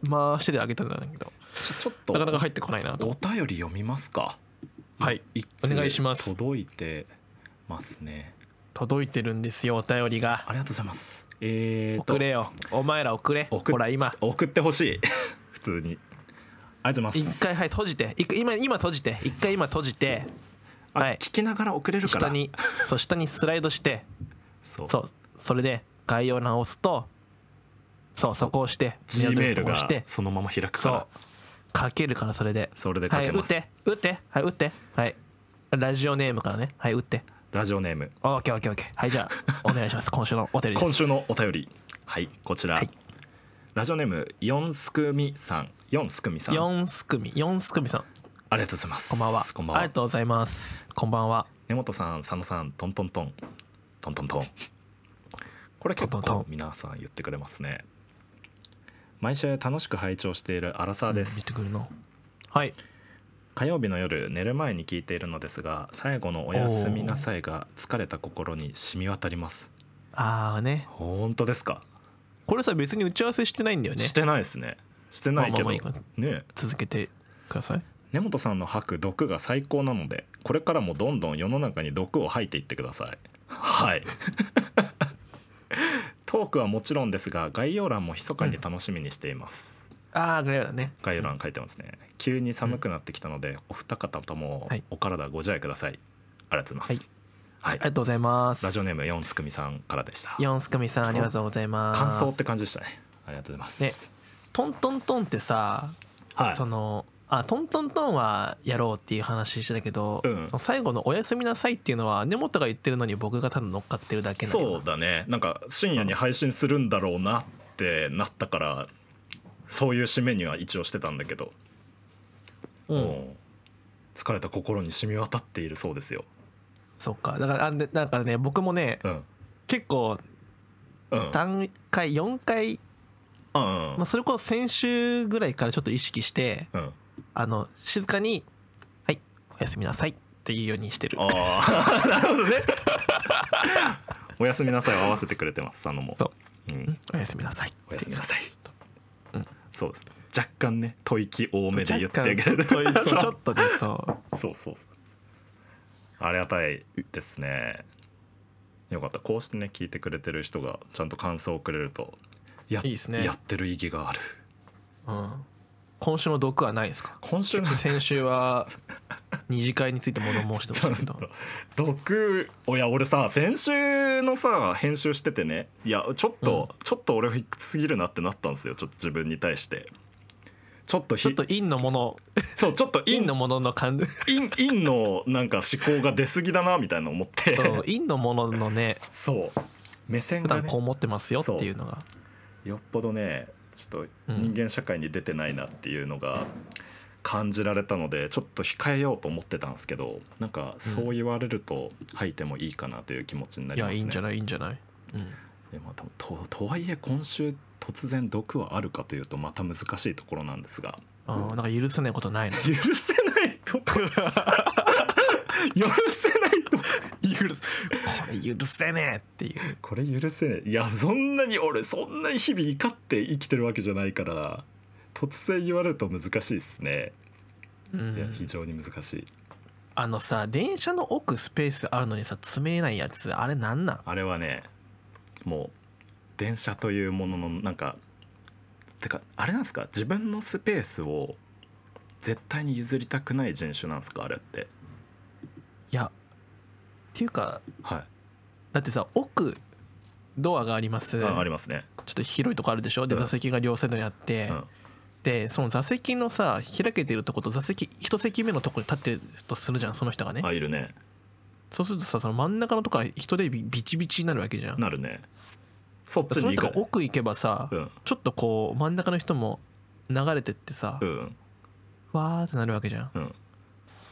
S2: 回してであげたんだけど
S1: ちょっと
S2: なかなか入ってこないなと
S1: お便り読みますか
S2: はいお願いします
S1: 届いてますね
S2: 届いてるんですよお便りが
S1: ありがとうございますえーと
S2: 送れよお前ら送れ
S1: 送っ
S2: ほら今
S1: 送ってほしい 普通にありがとうございます
S2: 一回はい閉じていく今今閉じて一回今閉じて
S1: あ
S2: はい
S1: 聞きながら送れるから
S2: 下にそう下にスライドして
S1: そう
S2: そうそれで概要欄を押すとそうそこを押して
S1: G メール
S2: 押し
S1: が
S2: て
S1: そのまま開くか
S2: そう
S1: ら
S2: 書けるからそれで
S1: それで書けます
S2: はい打って打ってはい打ってはいラジオネームからねはい打って
S1: ラジオネーム
S2: オッケーオッケーオッケーはい じゃあお願いします今週のお便りです
S1: 今週のお便りはいこちら、
S2: はい
S1: ラジオネーム四すくみさん四すくみさんあ
S2: 四すくみ四すくみさん
S1: りがとうございます
S2: こんばんは
S1: こんばん
S2: あ
S1: は
S2: りがとうございますこんばんは
S1: 根本さん佐野さんトントントントントントンこれ結
S2: トントン
S1: 構
S2: トン
S1: 皆さん言ってくれますね毎週楽しく拝聴しているアラサーです、
S2: 見てくるのはい
S1: 火曜日の夜寝る前に聞いているのですが最後の「おやすみなさい」が疲れた心に染み渡ります
S2: ああね
S1: 本当ですか、
S2: これさ別に打ち合わせしてないんだよね
S1: してないですねしてないけど、
S2: まあまあまあいいか
S1: ねえ
S2: 続けてください
S1: 根本さんの吐く毒が最高なのでこれからもどんどん世の中に毒を吐いていってくださいはい トークはもちろんですが概要欄も密かに楽しみにしています、
S2: ああぐらいだね
S1: 概要欄書いてますね急に寒くなってきたので、お二方とも
S2: はい
S1: お体ご自愛くださいありがとうございます、はい
S2: ありがとうございます
S1: ラジオネーム四すくみさんからでした
S2: ヨンスカミさんありがとうございます
S1: 感想って感じでしたねありがとうございます、
S2: ねトントントンってさ
S1: はい
S2: そのあトントントンはやろうっていう話してたけど、
S1: うん
S2: その最後の「おやすみなさい」っていうのは根本が言ってるのに僕がただ乗っかってるだけなの
S1: そうだねなんか深夜に配信するんだろうなってなったからそういう締めには一応してたんだけど、
S2: う
S1: も
S2: ん、
S1: う疲れた心に染み渡っているそうですよ
S2: そうかだからあでなんかね僕もね
S1: うん
S2: 結構
S1: うんうん
S2: 3回4回、
S1: うん
S2: まあ、それこそ先週ぐらいからちょっと意識して
S1: うん
S2: あの静かに「はいおやすみなさい」っていうようにしてる
S1: ああ なるほどねおやすみなさいを合わせてくれてます佐野も、
S2: そう
S1: ん、
S2: おやすみなさい
S1: おやすみなさい
S2: うん
S1: そうです若干ね吐息多めで言ってあげ
S2: 若
S1: る
S2: 干そ う
S1: そう
S2: ちょっとねそ
S1: そう
S2: う
S1: そうそうありがたいですねよかったこうしてね聞いてくれてる人がちゃんと感想をくれるとや
S2: いいですね
S1: やってる意義がある
S2: うん、今週の毒はないですか
S1: 今週の
S2: 先週は二次会について物申してまし たけど
S1: 毒おや俺さ先週のさ編集しててねいやちょっと、ちょっと俺フィックすぎるなってなったんですよちょっと自分に対してちょっとひ
S2: ちょっと陰のもの
S1: そうちょっと
S2: 陰
S1: 陰
S2: のものの感 じ
S1: 陰陰のなんか思考が出過ぎだなみたいな思って
S2: そう陰のもののね
S1: そう目線
S2: 普
S1: が、
S2: 段
S1: ね
S2: こう、思ってますよっていうのが
S1: よっぽどねちょっと
S2: うん
S1: 人間社会に出てないなっていうのが感じられたのでちょっと控えようと思ってたんですけどなんかそう言われると吐いてもいいかなという気持ちにないります
S2: や
S1: ね。
S2: いいんじゃないいいんじゃない、うん、
S1: でまあとととはいえ今週突然毒はあるかというとまた難しいところなんですが
S2: あーなんか許せないこ とないの
S1: 許せないとこ 許せないとこ
S2: 許すこれ許せねえっていう
S1: これ許せねえいやそんなに俺そんなに日々怒って生きてるわけじゃないから突然言われると難しいですね。
S2: う
S1: いや
S2: ん
S1: 非常に難しい
S2: あのさ電車の奥スペースあるのにさ詰めないやつあれなんなん
S1: あれはねもう電車というもののなんかてかあれなんですか自分のスペースを絶対に譲りたくない人種なんですかあれって
S2: いやっていうか
S1: はい、
S2: だってさ奥ドアがあります
S1: あありますね、
S2: ちょっと広いとこあるでしょで
S1: うん
S2: 座席が両サイドにあって、
S1: うん、
S2: でその座席のさ開けてるとこと座席一席目のとこに立ってるとするじゃんその人がね、
S1: あいるね
S2: そうするとさその真ん中のとこは人でビビチビチになるわけじゃん
S1: なるねそっち
S2: その
S1: に
S2: 人
S1: 行
S2: が
S1: く
S2: 奥行けばさ、
S1: うん
S2: ちょっとこう真ん中の人も流れてってさ、
S1: うん
S2: わーってなるわけじゃん
S1: うん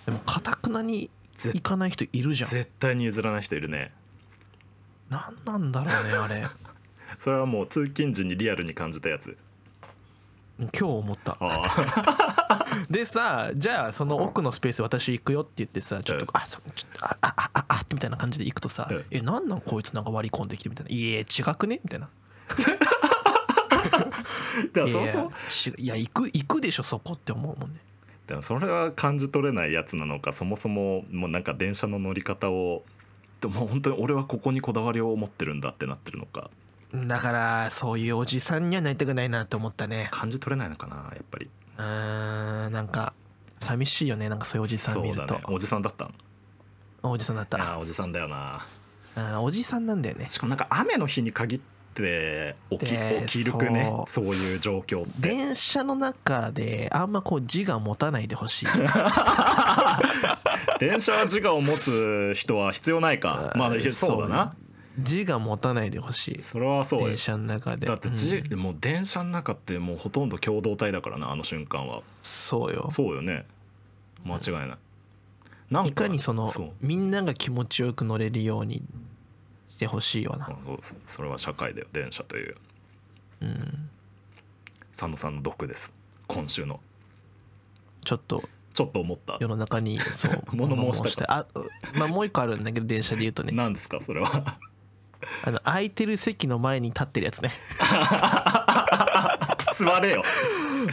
S2: でもかたくなに
S1: ぜ
S2: 行かない人いるじゃん
S1: 絶対に譲らない人いるね
S2: なんなんだろうね あれ
S1: それはもう通勤時にリアルに感じたやつ
S2: 今日思った
S1: あ あ
S2: でさじゃあその奥のスペース私行くよって言ってさちょっと、
S1: うん
S2: あそうちょっとあああああってみたいな感じで行くとさ「
S1: うん
S2: えなんなんこいつなんか割り込んできて」みたいな「いえ違くね?」みたいな
S1: だから
S2: い
S1: そう
S2: や
S1: そう
S2: ちいや行く行くでしょそこって思うもんね
S1: でもそれは感じ取れないやつなのかそもそももうなんか電車の乗り方をでも本当に俺はここにこだわりを持ってるんだってなってるのか
S2: だからそういうおじさんにはなりたくないなって思ったね
S1: 感じ取れないのかなやっぱり
S2: うーんなんか寂しいよねなんかそういうおじさん
S1: そ
S2: 見
S1: う
S2: る
S1: だ
S2: と、
S1: ねおじさんだったん
S2: おじさんだっ
S1: いや
S2: た
S1: ーおじさんだよな
S2: うんおじさんなんだよね
S1: しかもなんか雨の日に限って起き
S2: で
S1: 起きるくね
S2: そ
S1: そういう状況って
S2: 電車の中であんまこう字が持たないで ほしい
S1: 電車は自我を持つ人は必要ないかまあ
S2: うん
S1: そうだな
S2: 字が持たないでほしい
S1: それはそうよ
S2: 電車の中で
S1: だって
S2: う
S1: じ
S2: ん、
S1: もう電車の中ってもうほとんど共同体だからなあの瞬間は
S2: そうよ
S1: そうよね間違いないなん
S2: いかにその
S1: そう
S2: みんなが気持ちよく乗れるようにしてほしいよな、
S1: うんそうそれは社会だよ電車という
S2: うん、
S1: 佐野さんの毒です今週の
S2: ちょっと
S1: ちょっと思った
S2: 世の中にそう
S1: 物申したか
S2: あ、まあ、もう一個あるんだけど電車で言うとね
S1: 何ですかそれは
S2: あの空いてる席の前に立ってるやつね
S1: 座れよ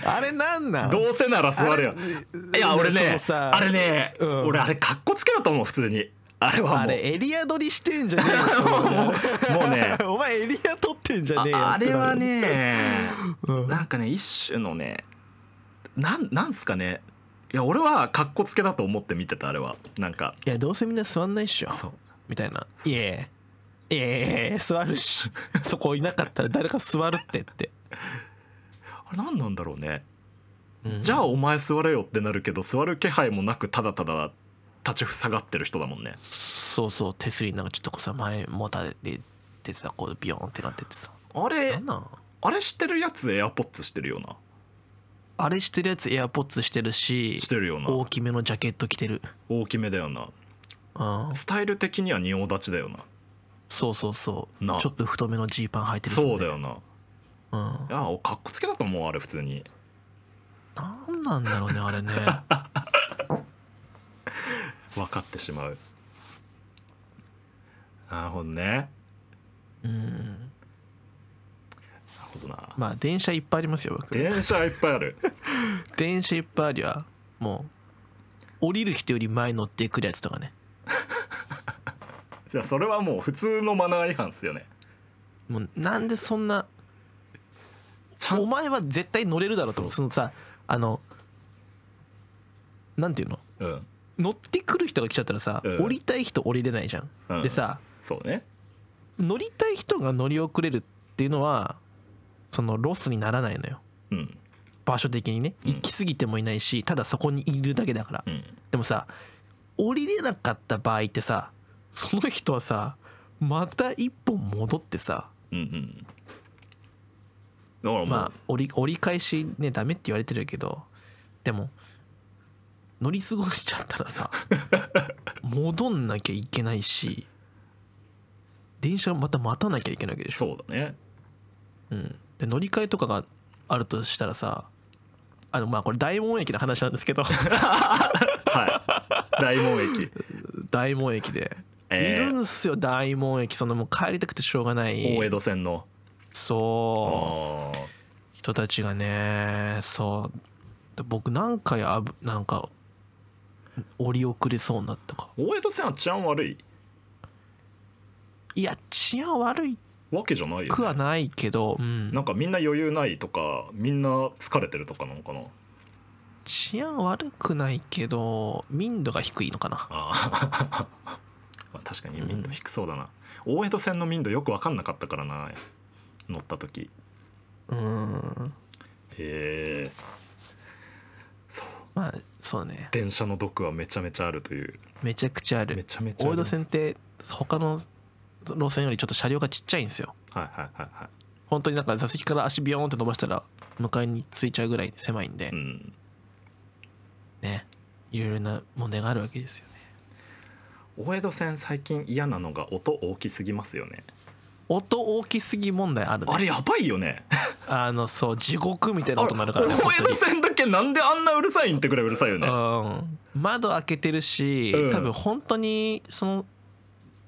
S2: あれなんなん
S1: どうせなら座れよ
S2: あれ
S1: いや俺
S2: そ
S1: ね
S2: のさ
S1: あれね、
S2: うん
S1: 俺あれかっこつけだと思う普通にあれは
S2: あ
S1: もう
S2: れエリア取りしてんじゃねえよ
S1: もうね
S2: お前エリア取ってんじゃ ねえよ
S1: ああれはね
S2: うん
S1: なんかね一種のねなんなんすかねいや俺はかっこつけだと思って見てたあれはなんか
S2: いやどうせみんな座んないっしょ
S1: そう
S2: みたいな「いえいえ座るし そこいなかったら誰か座るって」って、
S1: あれ何なんだろうね
S2: うん
S1: じゃあお前座れよってなるけど座る気配もなくただただ立ちふさがってる人だもんね
S2: そうそう手すりなんかちょっとこうさ前もたれてさこうビヨーンってなっててさ
S1: あれ
S2: なんなん
S1: あれしてるやつエアポッツしてるような
S2: あれしてるやつエアポッツしてるし
S1: してるような
S2: 大きめのジャケット着てる
S1: 大きめだよな
S2: うん
S1: スタイル的には仁王立ちだよな
S2: そうそうそう
S1: なあ
S2: ちょっと太めのジーパン履いてるし
S1: そうだよな
S2: うん
S1: いやおかっこつけだと思うあれ普通に
S2: なんなんだろうねあれ ね
S1: 分かってしまうなるほどね
S2: うん
S1: なるほどな
S2: まあ電車いっぱいありますよ僕
S1: 電車いっぱいある
S2: 電車いっぱいありゃもう降りる人より前乗ってくるやつとかね
S1: じゃあそれはもう普通のマナー違反っすよね
S2: もうなんでそんな
S1: ちゃん
S2: お前は絶対乗れるだろうと思う
S1: そう
S2: そのさあのなんていうの
S1: うん
S2: 乗ってくる人が来ちゃったらさ、
S1: うん
S2: 降りたい人降りれないじゃん、
S1: うん
S2: でさ
S1: そうね
S2: 乗りたい人が乗り遅れるっていうのはそのロスにならないのよ
S1: うん
S2: 場所的にね
S1: うん
S2: 行き過ぎてもいないし、ただそこにいるだけだから、
S1: うん
S2: でもさ降りれなかった場合ってさその人はさまた一歩戻ってさ
S1: うんうんだからもう、
S2: まあ折り折り返しねダメって言われてるけどでも乗り過ごしちゃった らさ戻んなきゃいけないし電車をまた待たなきゃいけないわけでしょ、
S1: そうだね
S2: うん、で乗り換えとかがあるとしたらさあのまあこれ大門駅の話なんで すけど
S1: はい 大門駅
S2: 大門駅で、
S1: えー
S2: いるんすよ大門駅そのもう帰りたくてしょうがない
S1: 大江戸線のあ
S2: そう
S1: ー
S2: 人たちがねそうで僕何回あぶなんか折り遅れそうになったか
S1: 大江戸線は治安悪い
S2: いや治安悪
S1: わけじゃないよ、
S2: く
S1: ね、
S2: はないけど、うん
S1: なんかみんな余裕ないとかみんな疲れてるとかなのかな
S2: 治安悪くないけど民度が低いのかな
S1: あー まあ確かに民度低そうだな、大江戸線の民度よく分かんなかったからな乗った時
S2: うん
S1: へえそう
S2: まあそうね
S1: 電車の毒はめちゃめちゃあるという
S2: めちゃくちゃあ
S1: め
S2: る
S1: ちゃめちゃあ
S2: 大
S1: り
S2: 江戸
S1: ます
S2: 線って他の路線よりちょっと車両がちっちゃいんですよ
S1: はいはいはいは
S2: 本当になんか座席から足ビヨーンって伸ばしたら迎えに着いちゃうぐらい狭いんで、
S1: いうん
S2: ねいろいろな問題があるわけですよね
S1: 大江戸線最近嫌なのが音大きすぎますよね
S2: 音大きすぎ問題あるね
S1: あれやばいよね
S2: あのそう地獄みたいな
S1: あ
S2: 音
S1: れ
S2: になるからね
S1: 大江戸線だけなんであんなうるさいんってくらいうるさいよね
S2: 本当にうん窓開けてるし、
S1: うん
S2: 多分本当にその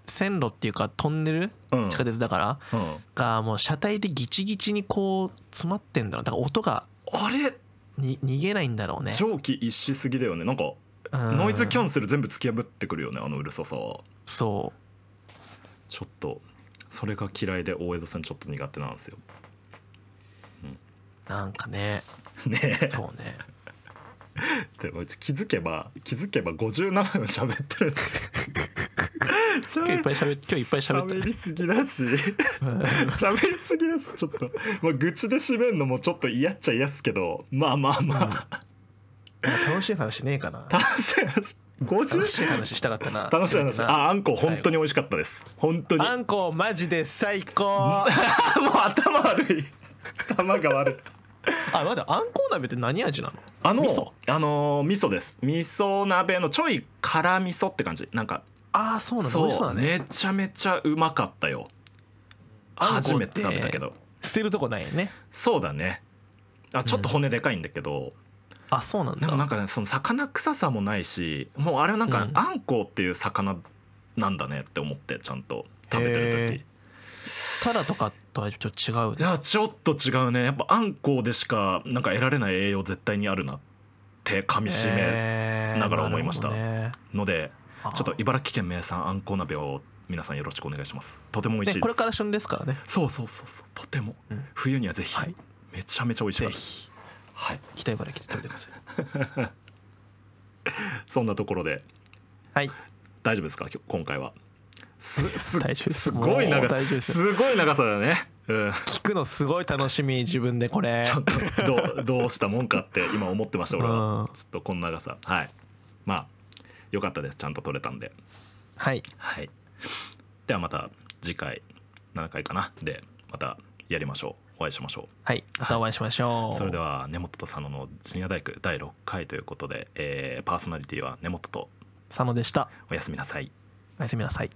S2: 線路っていうかトンネル
S1: うん
S2: 地下鉄だから、
S1: うん
S2: がもう車体でギチギチにこう詰まってんだろうだから音が
S1: あれ
S2: に逃げないんだろうね、
S1: 蒸気一しすぎだよねなんか
S2: うん
S1: ノイズキャンセル全部突き破ってくるよねあのうるささは
S2: そ
S1: ちょっとそれが嫌いで大江戸線ちょっと苦手なんですよ
S2: うなんかね
S1: ねえ
S2: そうね
S1: でもうち気づけば気づけば57分喋ってるんですよ
S2: 今日いっぱい喋っ今日いっぱい喋った
S1: 喋りすぎだし
S2: うん
S1: 喋りすぎだしちょっと、まあ、愚痴で締めるのもちょっと嫌っちゃ嫌っすけどまあまあまあ、
S2: 楽しい話ねえかな
S1: 楽しい話50
S2: 楽しい話したかったな
S1: 楽しい
S2: せめて
S1: 話
S2: な
S1: ああんこ本当に美味しかったです本当に
S2: あんこマジで最高
S1: もう頭悪い頭が 悪い
S2: あまだあんこう鍋って何味なの
S1: あの
S2: 味噌
S1: あのー味噌です味噌鍋のちょい辛味噌って感じなんか
S2: ああそうなんだ美
S1: そう
S2: 味しそうだね
S1: めちゃめちゃうまかったよ
S2: あんこって
S1: 初めて食べたけど
S2: 捨てるとこないよね
S1: そうだねあちょっと骨でかいんだけど、
S2: あそうなん
S1: で
S2: だ
S1: もなんかねその魚臭さもないしもうあれはなんか
S2: うん
S1: あんこうっていう魚なんだねって思ってちゃんと食べてる時
S2: へタラとかとはちょっと違う
S1: い
S2: ね
S1: やちょっと違うねやっぱあんこうでしかなんか得られない栄養絶対にあるなって噛みしめ
S2: へー
S1: ながら思いました
S2: なるほどね
S1: ので、
S2: あー
S1: ちょっと茨城県名産あんこう鍋を皆さんよろしくお願いしますとても美味しいで
S2: ねこれ
S1: す、
S2: から旬ですからね
S1: そうそうそうそうとても、
S2: うん
S1: 冬にはぜひ、
S2: はい
S1: めちゃめちゃ美味しい
S2: ぜ
S1: です
S2: ひ
S1: はい
S2: 北茨城で食べてください
S1: そんなところで
S2: はい
S1: 大丈夫ですかきょ今回はすす
S2: 大丈夫です
S1: すごい
S2: もう
S1: 長
S2: 大丈夫
S1: さ
S2: です
S1: すごい長さだね、うん、
S2: 聞くのすごい楽しみ自分でこれ
S1: ちょっとどう どうしたもんかって今思ってました俺
S2: うん
S1: はちょっとこんな長さはいまあよかったですちゃんと取れたんで
S2: はい
S1: はいではまた次回7回かなでまたやりましょうお会いしましょ
S2: はいまたお会いしましょ
S1: う
S2: う
S1: それでは根本と佐野の深夜大工第6回ということで、えーパーソナリティは根本と
S2: 佐野でした
S1: おやすみなさい
S2: おやすみなさい